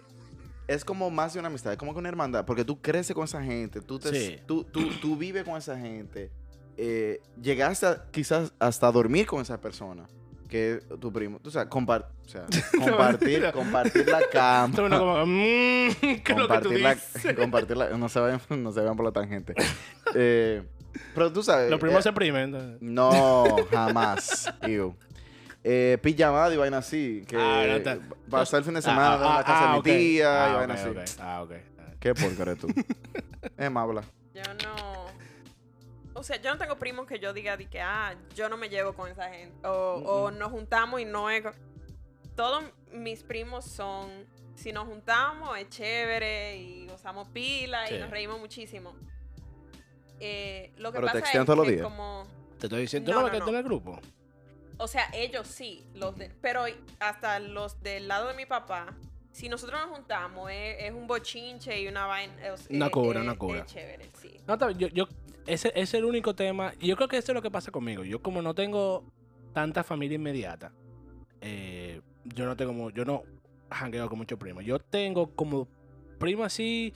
es como más de una amistad, es como que una hermandad, porque tú creces con esa gente, tú, te,
Sí.
tú, tú, tú vives con esa gente, eh, llegaste a- quizás hasta a dormir con esa persona que es tu primo, o sea, compar- o sea, compartir,
mentira.
compartir la cama.
Todo uno como. Mmm, ¿qué es lo que tú
compartir la,
dices?
compartir la- no se vayan, no se vayan por la tangente. Eh, pero tú sabes,
Los primos
eh,
se primen. entonces.
no, jamás. Ew. Eh, pijamada y vaina así. Que
Ah, no está-
pasar el fin de semana
Ah,
en la
ah,
casa de
ah,
mi
ok.
tía y
Ah,
vaina
ok,
así.
ok. Ah, ok.
Qué porco eres tú. Emma habla.
Yo no. O sea, yo no tengo primos que yo diga de que, ah, yo no me llevo con esa gente. O, o nos juntamos y no es. co- Todos mis primos son. Si nos juntamos es chévere y gozamos pila
Sí.
y nos reímos muchísimo. Eh, lo que
Pero te
pasa
textean
es
todos los
que
días.
como.
Te estoy diciendo, tú
No,
no,
no,
me quedaste
no.
en el grupo.
O sea, ellos sí, los de- pero hasta los del lado de mi papá, si nosotros nos juntamos, es, es un bochinche y una vaina. es-
Una
es-
cobra,
es-
una cobra.
Es chévere, sí.
No, está bien, yo, yo, ese ese es el único tema. Yo creo que eso es lo que pasa conmigo. Yo como no tengo tanta familia inmediata, eh, yo no tengo, mu- yo no jangueo con muchos primos. Yo tengo como primo así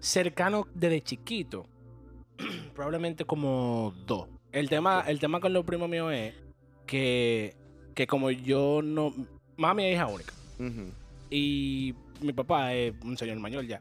cercano desde chiquito, probablemente como dos. El tema, el tema con los primos míos es que, que como yo no, mami es hija única.
Ujú.
Y mi papá es un señor mayor ya.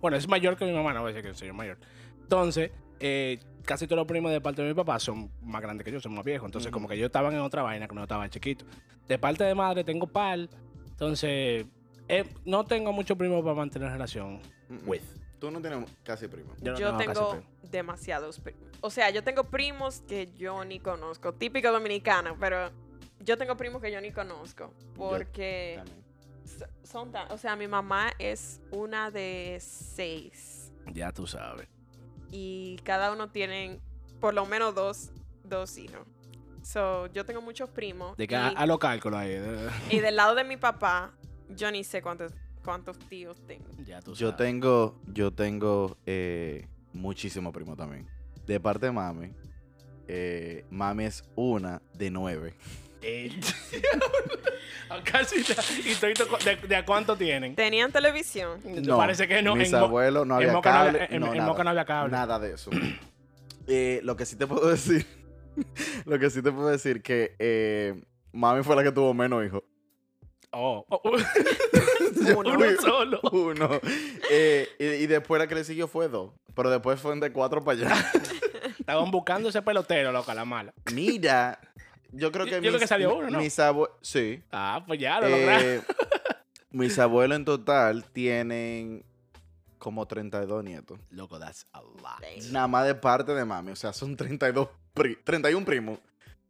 bueno, es mayor que mi mamá, no voy a decir que es un señor mayor. Entonces, eh, casi todos los primos de parte de mi papá son más grandes que yo, son más viejos. Entonces,
Ujú.
como que yo estaba en otra vaina cuando estaba chiquito. De parte de madre tengo pal. Entonces, eh, no tengo muchos primos para mantener relación
Mm, mm.
with.
Tú no tienes casi primo.
no
Yo
casi
tengo
primos.
demasiados primos. O sea, yo tengo primos que yo ni conozco. Típico dominicano, pero yo tengo primos que yo ni conozco. Porque
También.
so- son tan. O sea, mi mamá es una de seis.
Ya tú sabes.
Y cada uno tienen por lo menos dos, dos hijos. So, yo tengo muchos primos.
De que
y-
a, a los cálculos ahí. de-
Y del lado de mi papá, yo ni sé cuántos, cuántos tíos tengo.
ya tú
Yo
sabes.
tengo, yo tengo eh, muchísimo primo también. De parte de mami, eh, mami es una de nueve.
Eh, Casi. Y estoy de, de a cuánto tienen.
Tenían televisión.
No,
Parece que no.
Mis
en Mo-
abuelos no
en
había
Moca no había-
cable.
en-
no,
en
nada,
Moca no había cable.
Nada de eso. Eh, lo que sí te puedo decir, lo que sí te puedo decir que eh, mami fue la que tuvo menos hijos.
Oh, oh, oh.
Uno.
uno solo.
Uno. Eh, y, y después la que le siguió fue dos. Pero después fueron de cuatro para allá.
Estaban buscando ese pelotero, loca, la mala.
Mira, yo creo que
Yo- yo creo que salió uno, ¿no?
Mis abuelos. Sí.
Ah, pues ya lo
Eh,
lograron.
mis abuelos en total tienen como 32 nietos.
Loco, that's a lot.
Damn.
Nada más de parte de mami. O sea, son 32 pri- 31 primos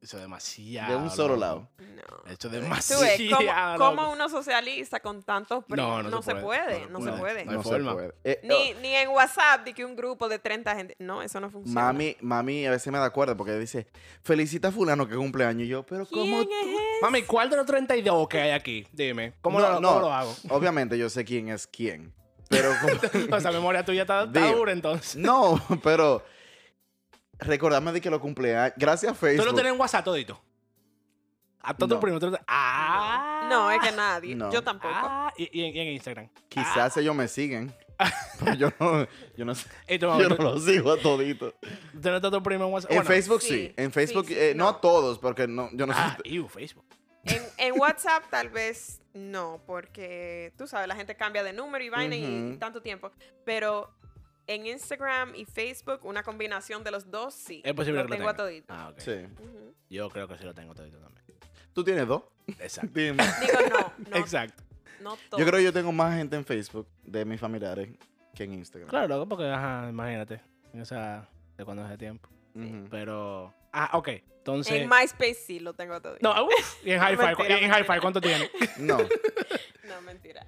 Eso es demasiado.
de un solo
loco.
lado.
No.
Eso es
Tú ves, ¿cómo,
demasiado.
cómo
loco.
uno socializa con tantos primos?
no
No,
se
se
puede,
puede, no,
no
se
puede.
puede.
No hay forma.
Eh,
Ni, ni en WhatsApp de que un grupo de 30 gente. No, eso no funciona.
Mami, mami a veces me da cuerda porque dice, felicita a fulano que cumple años. Y yo, pero ¿cómo
¿Quién es?
Mami, ¿cuál de los 32 que hay aquí? Dime. ¿Cómo,
No,
lo,
no.
cómo lo hago?
Obviamente yo sé quién es quién. Pero como-
O sea, memoria tuya está, está
Digo,
dura entonces.
no, pero recordarme de que lo cumpleaños. Gracias a
Tú
Facebook.
lo tienes en WhatsApp todito. A todos
No.
tus primos. tú lo tienes- Ah.
No, es que nadie.
No.
Yo tampoco.
Ah, y, y en, y en Instagram.
Quizás ellos me siguen. pero yo no, yo no sé.
Y tu mamá,
Yo no
tú,
los sigo a todito.
tú tienes a tu primo en WhatsApp.
En
Bueno,
Facebook sí.
sí,
En
sí,
Facebook,
sí,
eh, no.
no.
a todos, porque no, yo no
Ah,
sé.
ew, Facebook.
En, en WhatsApp tal vez no, porque tú sabes, la gente cambia de número y vaina y
Ujú.
tanto tiempo. Pero en Instagram y Facebook, una combinación de los dos sí.
Es posible
Lo
que lo
tengo a
tenga.
todito.
Ah, ok.
Sí.
Ujú.
Yo creo que sí lo tengo todito también.
Tú tienes dos.
Exacto.
Dime.
Digo, no, no,
Exacto.
no todo.
Yo creo que yo tengo más gente en Facebook de mis familiares que en Instagram.
Claro, loco, porque, ajá, imagínate. O sea, de cuando hace tiempo.
Ujú.
Pero. Ah, ok. Entonces.
En MySpace sí lo tengo a todito.
No, uf, y en hi-fi,
Mentira,
cu- y en
mentira.
hi-fi, ¿cuánto tiene?
No.
No, mentira.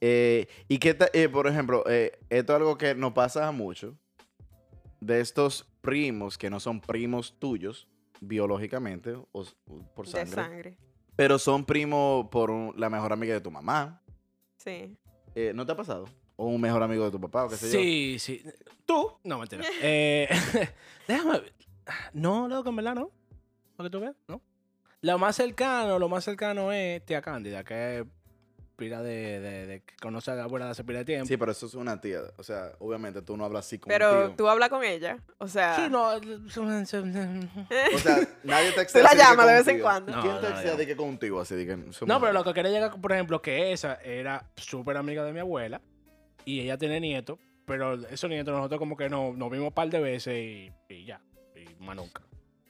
Eh, y que, por ejemplo, eh, esto es algo que nos pasa mucho. De estos primos que no son primos tuyos, biológicamente, o, s- o por sangre,
De sangre.
pero son primos por un- la mejor amiga de tu mamá.
Sí.
Eh, ¿No te ha pasado? O un mejor amigo de tu papá, o qué sé yo.
Sí, sí. ¿Tú? No, mentira. Eh, déjame. ver. No, loco, en verdad no. Porque tú ves, ¿no? Lo más cercano, lo más cercano es tía Cándida, que es pila de, de, de- que conoce a la abuela de hace pila de tiempo.
Sí, pero eso es una tía. O sea, obviamente tú no hablas así con un
Pero
tío.
tú hablas con ella. O sea.
Sí, no. eh,
O sea, nadie te
Tú la llamas de vez en cuando.
No,
¿Quién
no,
te
no.
de que contigo así? De que somos-
No, pero lo que quería llegar, por ejemplo, que esa era súper amiga de mi abuela y ella tiene nietos, pero esos nietos nosotros como que no- nos vimos un par de veces y, y ya, y más nunca.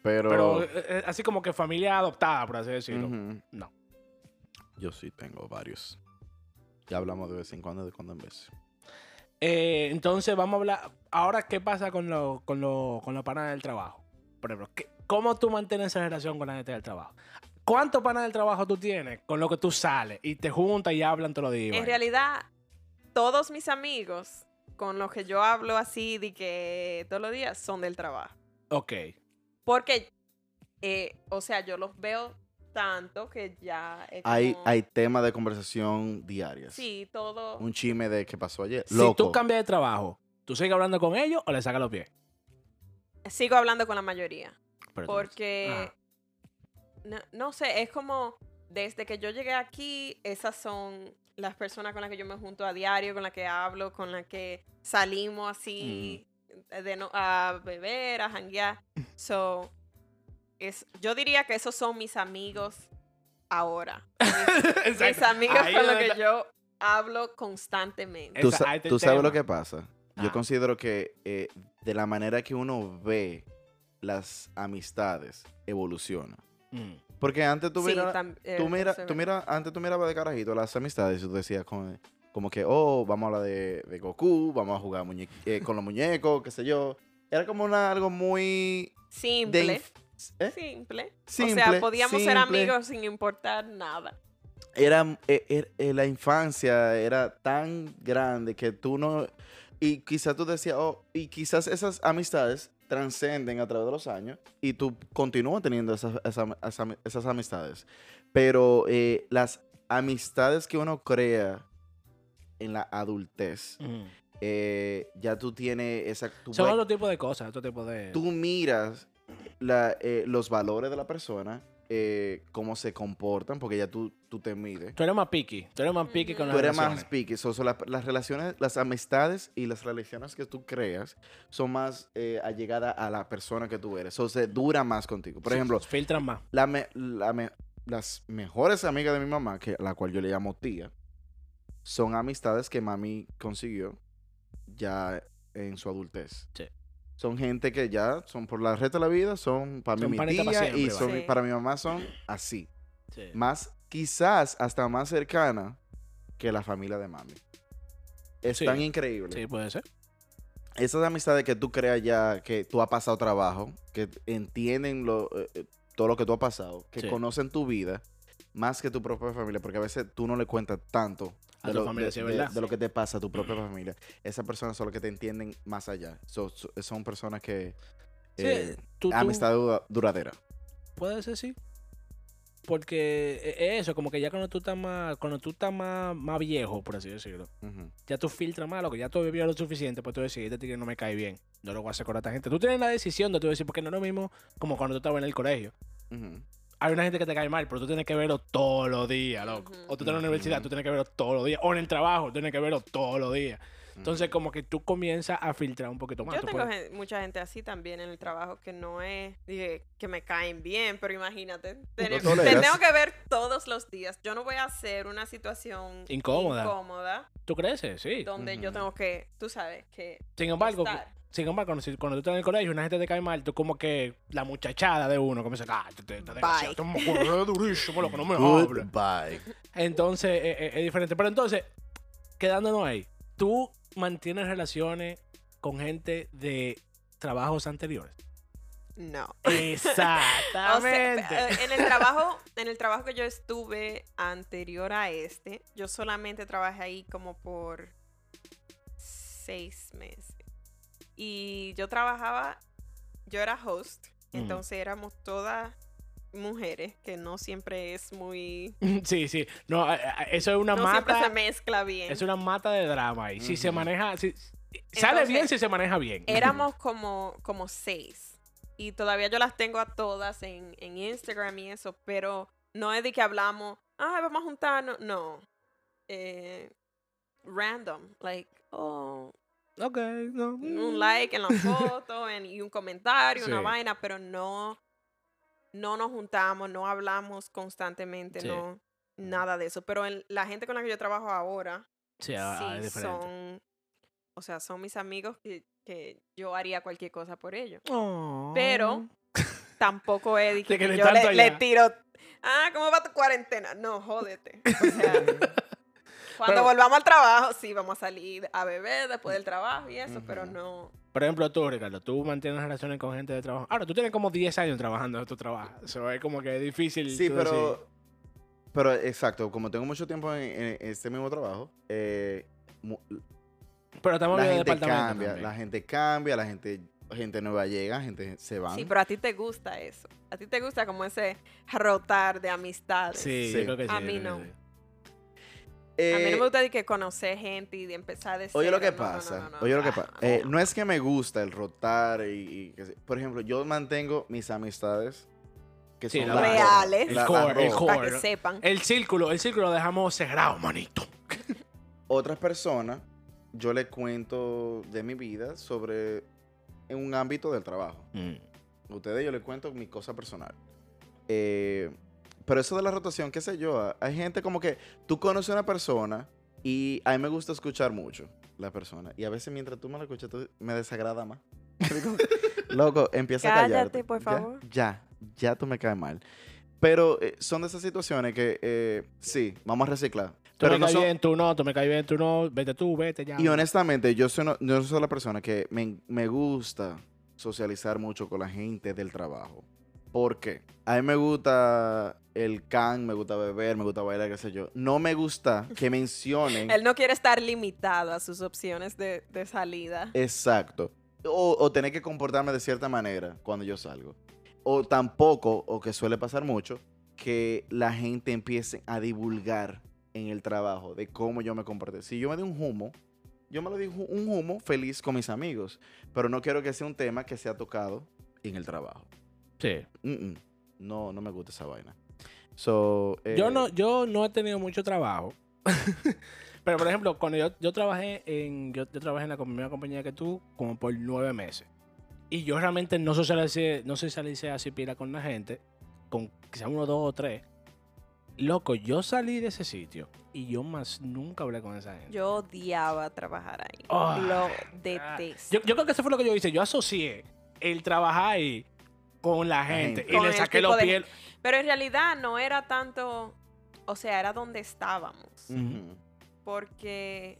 Pero...
Pero eh, eh, así como que familia adoptada, por así decirlo.
Ujú.
No.
Yo sí tengo varios. Ya hablamos de vez en cuando, de cuando en vez.
Eh, entonces vamos a hablar, ahora, ¿qué pasa con los con lo, con los panas del trabajo? Por ejemplo, ¿qué- ¿cómo tú mantienes esa relación con la gente del trabajo? ¿Cuántos panas del trabajo tú tienes con lo que tú sales y te juntas y hablan todos los días?
En realidad, todos mis amigos con los que yo hablo así de que todos los días son del trabajo.
Ok.
Porque, eh, o sea, yo los veo tanto que ya. es
Hay,
como-
hay temas de conversación diarias.
Sí, todo.
Un chisme de qué pasó ayer.
Si tú
Loco.
cambias de trabajo, ¿tú sigues hablando con ellos o le sacas los pies?
Sigo hablando con la mayoría.
Pero tú-
Porque.
Ah.
No, no sé, es como. Desde que yo llegué aquí, esas son las personas con las que yo me junto a diario, con las que hablo, con las que
Mm.
salimos así eh, de no- a beber, a janguear. So, es, yo diría que esos son mis amigos ahora. Mis, mis
Exacto.
amigos
Ahí
con
es
los
donde
que
está-
yo hablo constantemente.
Tú,
Esa-
sa-
ahí está el
tú sabes
tema.
lo que pasa. Yo
Ah.
considero que eh, de la manera que uno ve las amistades evoluciona.
Mm.
Porque antes tú
Sí,
miras,
tam- eh,
tú mira,
eso es
tú
verdad.
mira, antes tú mirabas de carajito las amistades y tú decías como, como que, oh, vamos a hablar de, de Goku, vamos a jugar muñe- eh, con los muñecos, qué sé yo. Era como una, algo muy... de
Simple.
inf- ¿eh?
Simple.
Simple,
O sea, podíamos ser
simple.
amigos sin importar nada.
Era, eh, er- eh, la infancia era tan grande que tú no... Y quizás tú decías, oh, y quizás esas amistades transcenden a través de los años y tú continúas teniendo esas, esa- esa- esas amistades. Pero eh, las amistades que uno crea en la adultez,
Mm.
eh, ya tú tienes esa... Tú,
Son
puedes-
otro tipo de cosas, otro tipo de.
tú miras la- eh, los valores de la persona, eh, cómo se comportan, porque ya tú, tú te mides.
Tú eres más picky. Tú eres más picky con
Ujú.
las
Tú eres más
relaciones.
picky. so- so la- las relaciones, las amistades y las relaciones que tú creas son más eh, allegadas a la persona que tú eres. O se dura más contigo. Por
Sí,
ejemplo,
Filtras más.
la me- la me- las mejores amigas de mi mamá, que la cual yo le llamo tía, son amistades que mami consiguió ya en su adultez.
Sí.
Son gente que ya son por la red de la vida, son para mí
Son
mi
panitas pa'
tía
siempre,
y
va.
son,
Sí.
para mi mamá son así.
Sí.
Más, quizás hasta más cercana que la familia de mami. Es
Sí.
tan increíble
Sí, puede ser.
esas amistades que tú creas ya, que tú has pasado trabajo, que entienden lo, eh, eh, todo lo que tú has pasado, que
Sí.
conocen tu vida, más que tu propia familia, porque a veces tú no le cuentas tanto
A tu familia,
de-
sí, es
de-
verdad.
de lo que te pasa a tu propia familia. Esas personas son las que te entienden más allá. So- so- son personas que...
Sí,
eh,
tú- tú-
amistad dura- duradera.
Puede ser, sí. Porque e- eso, como que ya cuando tú estás más, cuando tú estás más, más viejo, por así decirlo,
Ujú.
ya tú filtras más, lo que ya tú has vivido lo suficiente, pues tú decides, este tigre no me cae bien, no lo voy a hacer con esta gente. Tú tienes la decisión de tú decir, porque no es lo mismo como cuando tú estabas en el colegio.
Ujú.
Hay una gente que te cae mal, pero tú tienes que verlo todos los días, loco.
Ujú.
O tú estás en la
Ujú.
universidad, tú tienes que verlo todos los días. O en el trabajo, tienes que verlo todos los días. Entonces,
Ujú.
como que tú comienzas a filtrar un poquito más.
Yo
tú
tengo
puedes-
gen- mucha gente así también en el trabajo que no es, dije, que me caen bien, pero imagínate, te, te
toleras.
tengo que ver todos los días. Yo no voy a hacer una situación
Incómoda.
incómoda,
Tú creces, sí.
donde yo
Ujú.
tengo que, tú sabes, que
Sin embargo,
estar.
Sin embargo, cuando, si- cuando tú estás en el colegio y una gente te cae mal, tú como que la muchachada de uno comienza a ah, te, te, te desgraciado,
Bye.
te me acuerdo durísimo, loco, no me hables.
Goodbye.
Entonces, eh, eh, es, diferente. Pero entonces, quedándonos ahí, tú mantienes relaciones con gente de trabajos anteriores.
No. O sea,
Exactamente.
eh, en el trabajo, en el trabajo que yo estuve anterior a este, yo solamente trabajé ahí como por seis meses. Y yo trabajaba, yo era host,
Ujú.
entonces éramos todas mujeres, que no siempre es muy,
sí, sí. No, eh, eh, eso es una
no siempre se
mata.
mezcla bien.
Es una mata de drama. Y si se
Ujú.
maneja. si- sale
Entonces,
bien si se maneja bien.
Éramos como, como seis. Y todavía yo las tengo a todas en, en Instagram y eso, pero no es de que hablamos, ah, vamos a juntarnos. No. Eh, random. Like, oh,
Ok, no.
un like en la foto en- y un comentario, una
Mm. Sí.
vaina, pero no, no nos juntamos, no hablamos constantemente,
Sí.
no, nada de eso. Pero en- la gente con la que yo trabajo ahora,
Sí, ah, ah, es
sí,
diferente.
son, o sea, son mis amigos que, que yo haría cualquier cosa por ellos.
Oh.
Pero- Tampoco es de que,
De que
que
de
yo le,
tanto
le
allá.
tiro, ah, ¿cómo va tu cuarentena? No, jódete. O sea, cuando
Pero-
volvamos al trabajo, sí, vamos a salir a beber después del trabajo y eso, pero
Ujú.
no.
Por ejemplo, tú, Ricardo, tú mantienes relaciones con gente de trabajo. Ahora, tú tienes como 10 años trabajando en tu trabajo. Eso es como que es difícil.
Sí,
tú
pero.
decir,
Pero exacto, como tengo mucho tiempo en, en este mismo trabajo, eh, mu-
Pero estamos hablando
la
de
gente
departamento.
cambia,
también.
la gente cambia, la gente gente nueva llega, gente se va.
Sí, pero a ti te gusta eso. A ti te gusta como ese rotar de amistades.
Sí,
Sí.
yo creo que sí.
A
yo
mí
creo que
no.
sí.
a mí no me gusta de que conocer gente y de empezar de
Eh, Oye lo que
cero. No, no, no,
pasa,
no, no.
oye lo que
Ah,
pasa. no es que me gusta el rotar y, y que se- por ejemplo, yo mantengo mis amistades que
Sí,
son
la-
las-
Reales.
El
la- las
core, el
dos.
core.
Para que sepan.
El círculo, el círculo lo dejamos cerrado, manito.
Otras personas yo le cuento de mi vida sobre en un ámbito del trabajo. A ustedes yo les cuento mi cosa personal. Eh, pero eso de la rotación, qué sé yo, a- hay gente como que tú conoces a una persona y a mí me gusta escuchar mucho la persona. Y a veces mientras tú me la escuchas, tú- me desagrada más. Digo, Loco, empieza a
Cállate,
callarte.
por
Ya,
favor.
Ya, ya, tú me caes mal. Pero eh, son de esas situaciones que eh, sí, vamos a reciclar.
Tú
pero
me
no
caes
son-
bien, tú no, tú me caes bien, tú no, vete tú, vete ya.
y honestamente, yo soy, una- yo soy la persona que me, me gusta socializar mucho con la gente del trabajo. ¿Por qué? A mí me gusta el can, me gusta beber, me gusta bailar, qué sé yo. No me gusta que mencionen.
Él no quiere estar limitado a sus opciones de, de salida.
Exacto. O, o tener que comportarme de cierta manera cuando yo salgo. O tampoco, o que suele pasar mucho, que la gente empiece a divulgar en el trabajo de cómo yo me comporté. Si yo me di un humo, yo me lo di ju- un humo feliz con mis amigos, pero no quiero que sea un tema que sea tocado en el trabajo.
Sí.
Mm, mm. No, no me gusta esa vaina. So, eh,
Yo no, yo no he tenido mucho trabajo. Pero, por ejemplo, cuando yo, yo trabajé en. Yo, yo trabajé en la com- misma compañía que tú, como por nueve meses. Y yo realmente no socialicé, no socialicé así pila con la gente, con quizás uno, dos o tres. Loco, yo salí de ese sitio y yo más nunca hablé con esa gente.
Yo odiaba trabajar ahí.
Ah.
Lo detesto.
Yo, yo creo que eso fue lo que yo hice. Yo asocié el trabajar ahí con la gente,
gente.
y
Con
le
el
saqué
tipo
los
de
pies.
Pero en realidad no era tanto, o sea, era donde estábamos.
ujú.
Porque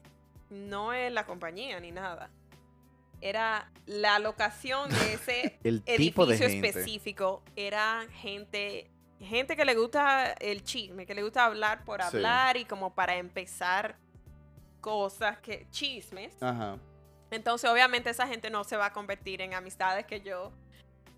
no es la compañía ni nada. Era la locación de ese
El tipo
edificio
de gente.
específico. Era gente, gente que le gusta el chisme, que le gusta hablar por
Sí.
hablar y como para empezar cosas que chismes.
Ajá.
Entonces, obviamente, esa gente no se va a convertir en amistades que yo,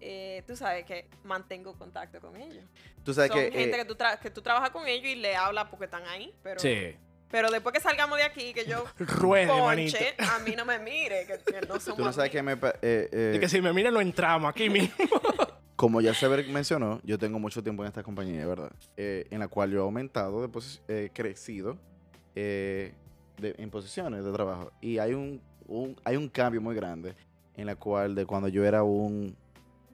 eh, tú sabes, que mantengo contacto con ellos.
Tú sabes
Son
que, eh,
gente que, tú tra- que tú trabajas con ellos y le hablas porque están ahí. Pero,
Sí.
pero después que salgamos de aquí, que yo
Ruede, manito.
ponche, a mí no me mire, que, que no somos
tú no sabes que
amigos.
me... pa- eh, eh,
De que si me miran, lo entramos aquí mismo.
Como ya se mencionó, yo tengo mucho tiempo en esta compañía, ¿verdad? Eh, en la cual yo he aumentado, de posi- eh, crecido eh, de- en posiciones de trabajo. Y hay un, un- hay un cambio muy grande en la cual de cuando yo era un,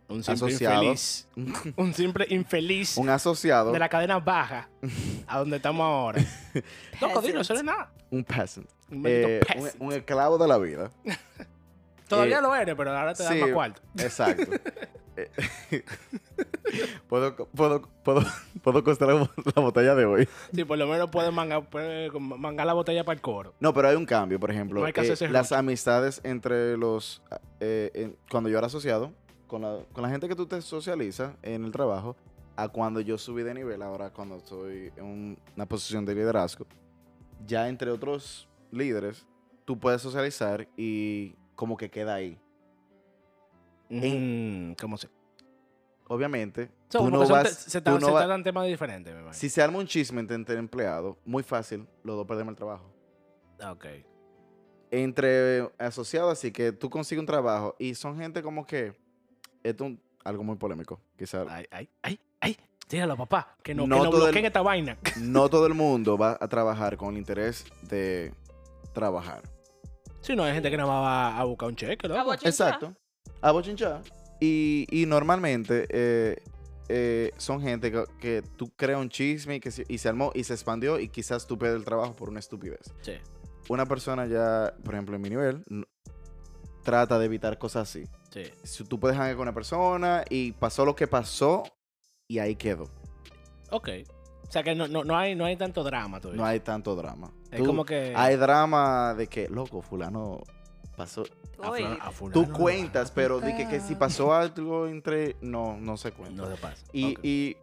Un
simple
infeliz. Un simple infeliz
un asociado,
de la cadena baja a donde estamos ahora. no,
Peasant.
Codino, eso no es nada.
un peasant,
Un maldito
eh, un-
peasant.
un, esclavo de la vida.
Todavía
eh,
lo eres, pero ahora te dan
sí.
más cuarto.
Exacto. Eh, puedo, puedo, puedo, puedo costar la, bo- la botella de hoy.
Sí, por lo menos puedes mangar, puedes mangar la botella para el coro.
No, pero hay un cambio, por ejemplo.
No hay que
eh,
hacerse
las amistades entre los... eh, en- cuando yo era asociado, con la, con la gente que tú te socializas en el trabajo, a cuando yo subí de nivel, ahora cuando estoy en un- una posición de liderazgo, ya entre otros líderes, tú puedes socializar y como que queda ahí.
Mm, ¿Cómo se?
Obviamente,
So,
tú
como
no
que son
vas...
te- se
tú
tra-
no
se
va-
tratan temas diferentes, me imagino.
si se arma un chisme entre, entre empleados, muy fácil, los dos perdemos el trabajo.
Ah, Ok.
entre asociados, así que tú consigues un trabajo y son gente como que esto es un- algo muy polémico, quizás
Ay, ay, ay, ay. Tíralo, papá. Que no,
No
que no
todo el-
bloqueen esta vaina.
no todo el mundo va a trabajar con el interés de trabajar.
Si no, hay gente que nada más va a buscar un cheque,
A
loco.
bochinchar.
Exacto. A bochinchar. Y, y normalmente eh, eh, son gente que, que tú creas un chisme y, que se, y se armó y se expandió y quizás tú pierdes el trabajo por una estupidez.
Sí.
Una persona ya, por ejemplo, en mi nivel, n- trata de evitar cosas así.
Sí.
si tú puedes hangar con una persona y pasó lo que pasó y ahí quedó.
Ok. O sea que no, no, no, hay, no hay tanto drama todavía.
No hay tanto drama.
Es
Tú-
como que.
Hay drama de que, loco, fulano pasó.
Oye,
fulano- a fulano
Tú
no
cuentas,
va a
pero de que, que
tocar.
si pasó algo entre... No, no se cuenta.
No se pasa.
y,
Ok.
y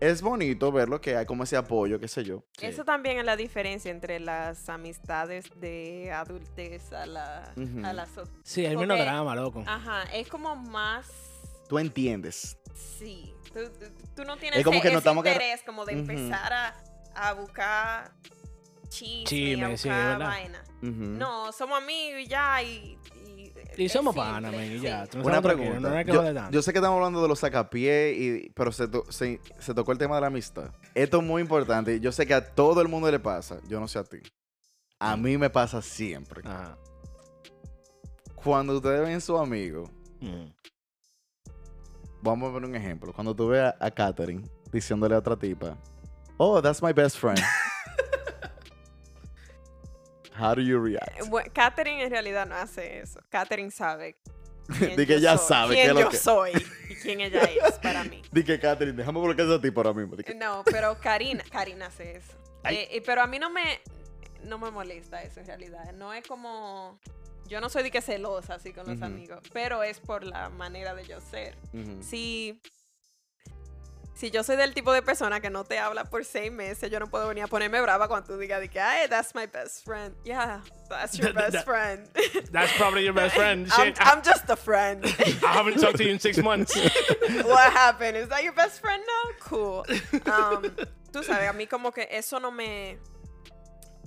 es bonito verlo que hay como ese apoyo, qué sé yo.
Eso también es la diferencia entre las amistades de adultez a la,
Ujú.
a las otras.
Sí, hay
Porque-
menos drama, loco.
Ajá, es como más...
Tú entiendes.
Sí, tú, tú- tú no tienes e
Es como
ese-
que nos
ese
estamos agarra-
interés como de
Ujú.
empezar a- a, buscar chisme, a
Chisme,
buscar
sí, es verdad.
vaina.
Ujú.
No, somos amigos y ya, y... Y,
Y
es
somos
simple,
panas, men, y ya.
sí.
Tú no
Una
sabes lo que es,
pregunta.
no es que
yo,
vale tanto.
yo sé que estamos hablando de los sacapiés, y, pero se, to- se- se tocó el tema de la amistad. Esto es muy importante. Yo sé que a todo el mundo le pasa. Yo no sé a ti. A mí me pasa siempre.
Ajá.
Cuando ustedes ven su amigo,
Mm.
vamos a poner un ejemplo. Cuando tú ves a, a Katherine diciéndole a otra tipa, Oh, that's my best friend. How do you react?
Bueno, Katherine en realidad no hace eso. Katherine sabe. quién
Di que
yo
ya
soy,
sabe qué
quién
es lo
yo
que-
soy y quién ella es para mí.
Dije, Katherine, déjame bloquear a ti ahora mismo. Di que-
No, pero Karina, Karina hace eso.
Ay.
Eh, eh, pero a mí no me, no me molesta eso en realidad. No es como, yo no soy de que celosa así con los
Ujú.
amigos, pero es por la manera de yo ser.
Ujú.
Si, si yo soy del tipo de persona que no te habla por seis meses, yo no puedo venir a ponerme brava cuando tú digas de que, ay, that's my best friend. Yeah, that's your
Da- da-
best
da-
friend.
That's probably your best friend.
I'm,
Shit, I,
I'm just a friend.
I haven't talked to you in six months.
What happened? Is that your best friend now? Cool. Um, tú sabes, a mí como que eso no me...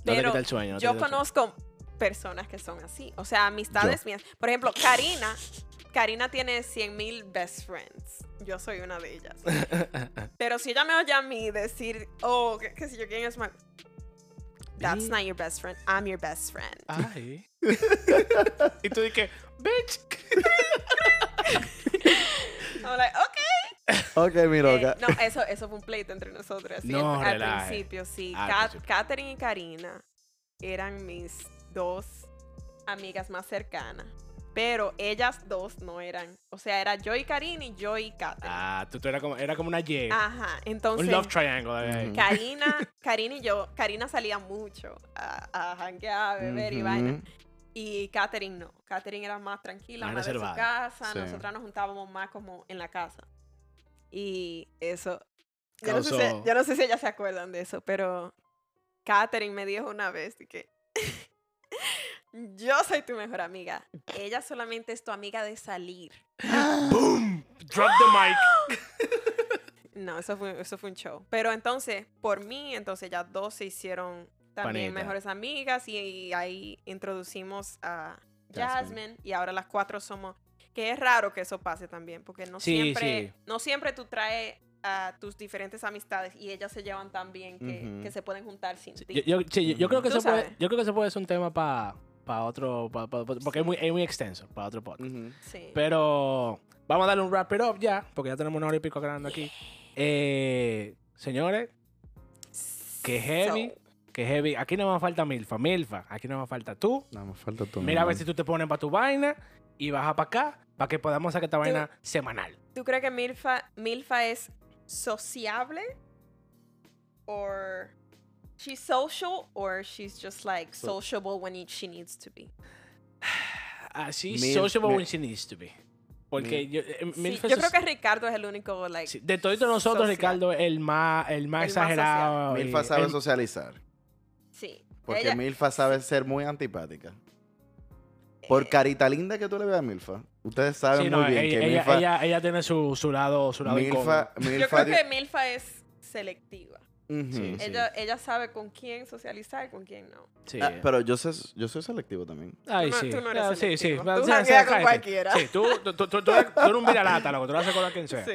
No te
Pero
quita el sueño. no te
yo
quita el sueño.
conozco personas que son así. O sea, amistades mías. Por ejemplo, Karina. Karina tiene 100.000 mil best friends. Yo soy una de ellas. Pero si ella me oye a mí decir, oh, que, que si yo quién es más. That's
Sí. Ah.
not your best friend. I'm your best friend.
Ay. y tú dije, bitch.
I'm like, okay.
Ok, mi
Eh,
loca.
no, eso, eso fue un pleito entre nosotras. sí,
No,
al, al
relaje.
principio, sí.
Al
Kat-
principio.
Katherine y Karina eran mis dos amigas más cercanas. Pero ellas dos no eran. O sea, era yo y Karina y yo y Katherine.
Ah, tú, tú era, como, era como una Y.
Ajá. Entonces,
un love triangle. ahí.
Ujú.
Karina, Karina y yo, Karina salía mucho a, a janguear, a beber y
Ujú.
vaina. Y Katherine no. Katherine era más tranquila,
Más
más, de su
reservada.
casa.
Sí.
Nosotras nos juntábamos más como en la casa. Y eso. Yo, no sé
Causó-
si, yo no sé si ellas se acuerdan de eso, pero Katherine me dijo una vez de que yo soy tu mejor amiga. Ella solamente es tu amiga de salir.
Mm-hmm.
Drop the mic.
No, eso fue, eso fue un show. Pero entonces, por mí, entonces ya dos se hicieron también
Panita.
mejores amigas y, y ahí introducimos a
Jasmine.
Jasmine, y ahora las cuatro somos... Que es raro que eso pase también, porque no
Sí,
siempre
sí.
no siempre tú traes a tus diferentes amistades y ellas se llevan tan bien que,
Ujú.
que se pueden juntar sin ti.
Yo, yo, sí, yo- yo creo que
Tú
se puede,
sabes.
yo creo que se puede ser un tema para otro, pa- pa- porque es, muy, es muy extenso, para otro podcast.
Ujú.
Sí.
Pero vamos a darle un wrap it up ya, porque ya tenemos una hora y pico grabando aquí. Eh, señores, que heavy,
So,
que heavy. Aquí no me falta Milfa, Milfa. Aquí no me falta tú.
No, me falta tu
Mira a ver
nombre.
si tú te pones para tu vaina y baja para acá para que podamos sacar esta
Tú-
vaina semanal.
¿Tú crees que Milfa, Milfa es sociable? Or she's social or she's just like
So-
sociable when it- she needs to be.
Así
Mil-
sociable
mil-
when she needs to be. Porque
Mil-
yo, eh,
Sí,
Milfa
yo
es-
creo que Ricardo es el único like
sí, de todos nosotros,
social.
Ricardo, el más, el más
El más
exagerado. y
Milfa sabe
el-
socializar.
sí.
Porque
Ella-
Milfa sabe ser muy antipática.
Eh.
Por carita linda que tú le veas a Milfa. Ustedes saben
Sí,
muy
no,
bien
ella,
que
ella-
Milfa.
ella- ella tiene su, su lado, su lado
Milfa, ah,
yo
Milfa
creo
dio-
que Milfa es selectiva.
Ujú.
Sí, sí.
Ella ella sabe con quién socializar y con quién no.
incómodo. Sí.
Ah, pero yo, sé- yo soy selectivo también.
Ay,
Tú no-
sí.
tú no eres
Ah, sí, sí.
selectivo. Tú
O sea,
jangueas
sea,
con
cállate.
cualquiera.
Sí, tú, tú, tú, tú, tú eres tú eres un viralata, loco. Tú lo haces con la quien sea.
Sí.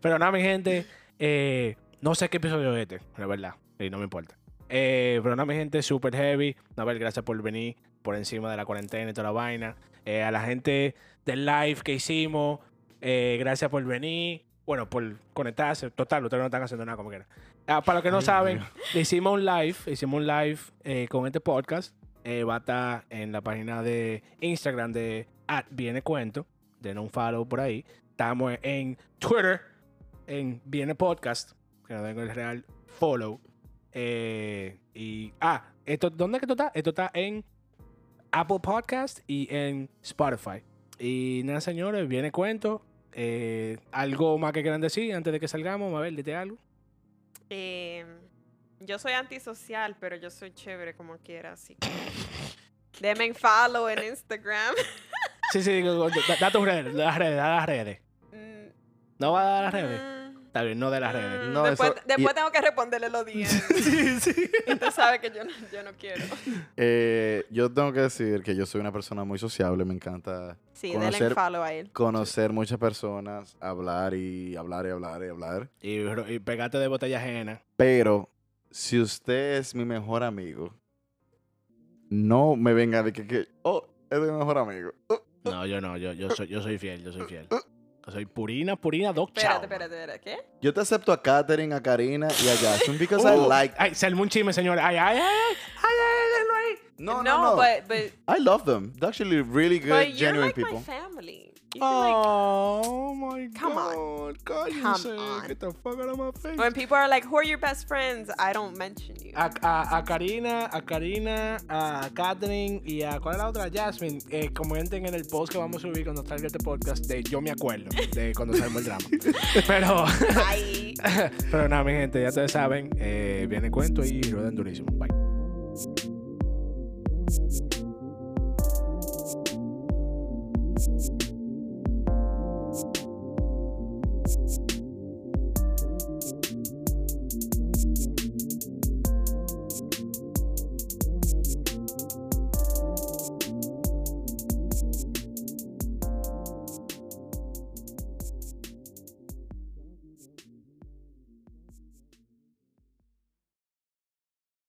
Pero nada, mi gente, eh, no sé qué episodio es este, la verdad. Y no me importa. Eh, pero nada, mi gente, super heavy. Nabel, gracias por venir por encima de la cuarentena y toda la vaina. Eh, a la gente del live que hicimos, eh, gracias por venir. Bueno, por conectarse. Total, ustedes no están haciendo nada como quieran. Ah, para los que no
Ay,
saben, le hicimos un live, hicimos un live eh, con este podcast. Eh, va a estar en la página de Instagram de Viene Cuento. Den un follow por ahí. Estamos en Twitter, en Viene Podcast, que no tengo el real follow. Eh, y, ah, esto, ¿dónde es que esto está? Esto está en Apple Podcast y en Spotify. Y nada, señores, viene cuento. Eh, algo más que quieran decir antes de que salgamos, a ver, dite algo.
eh, yo soy antisocial, pero yo soy chévere como quiera, así que. Deme en follow en Instagram.
Sí, sí, digo, da, da tus redes, da las redes, da las redes.
Mm,
No va a dar las redes.
mm,
Está bien, no de las redes.
mm,
No,
después
eso-
después
y-
tengo que responderle los días.
Sí, sí.
Usted sabe que yo no, yo no quiero.
Eh, yo tengo que decir que yo soy una persona muy sociable, me encanta
Sí, denle
Conocer-
en follow a él.
conocer muchas personas, hablar y hablar y hablar y hablar.
Y, bro, y pegate de botella ajena.
Pero si usted es mi mejor amigo, no me venga de que, que, oh, es mi mejor amigo. Oh,
No, yo no, yo, yo, soy, yo soy fiel, yo soy fiel. Yo soy purina, purina, doc, chao.
Espérate, espérate, espérate. ¿Qué?
Yo te acepto a Katherine, a Karina y a Jason because I
Oh,
like.
Ay, se armó un chisme, señores. Ay, ay, ay. Ay, ay, déjenlo ahí.
No, no, no.
But, but,
I love them. They're actually really good,
but you're
genuine
like
people.
my family. You can, like-
Oh my
Come on.
god.
Come
Cállense.
on.
Get the fuck out of my face.
When people are like, who are your best friends? I don't mention you.
A, a, a Karina, a Karina, a Katherine y a ¿cuál es la otra? Jasmine, eh, comenten en el post que vamos a subir cuando salga este podcast de Yo me acuerdo de cuando salga el drama. Pero,
Bye.
pero nada, mi gente, ya ustedes saben, eh, viene cuento y rueden durísimo. Bye.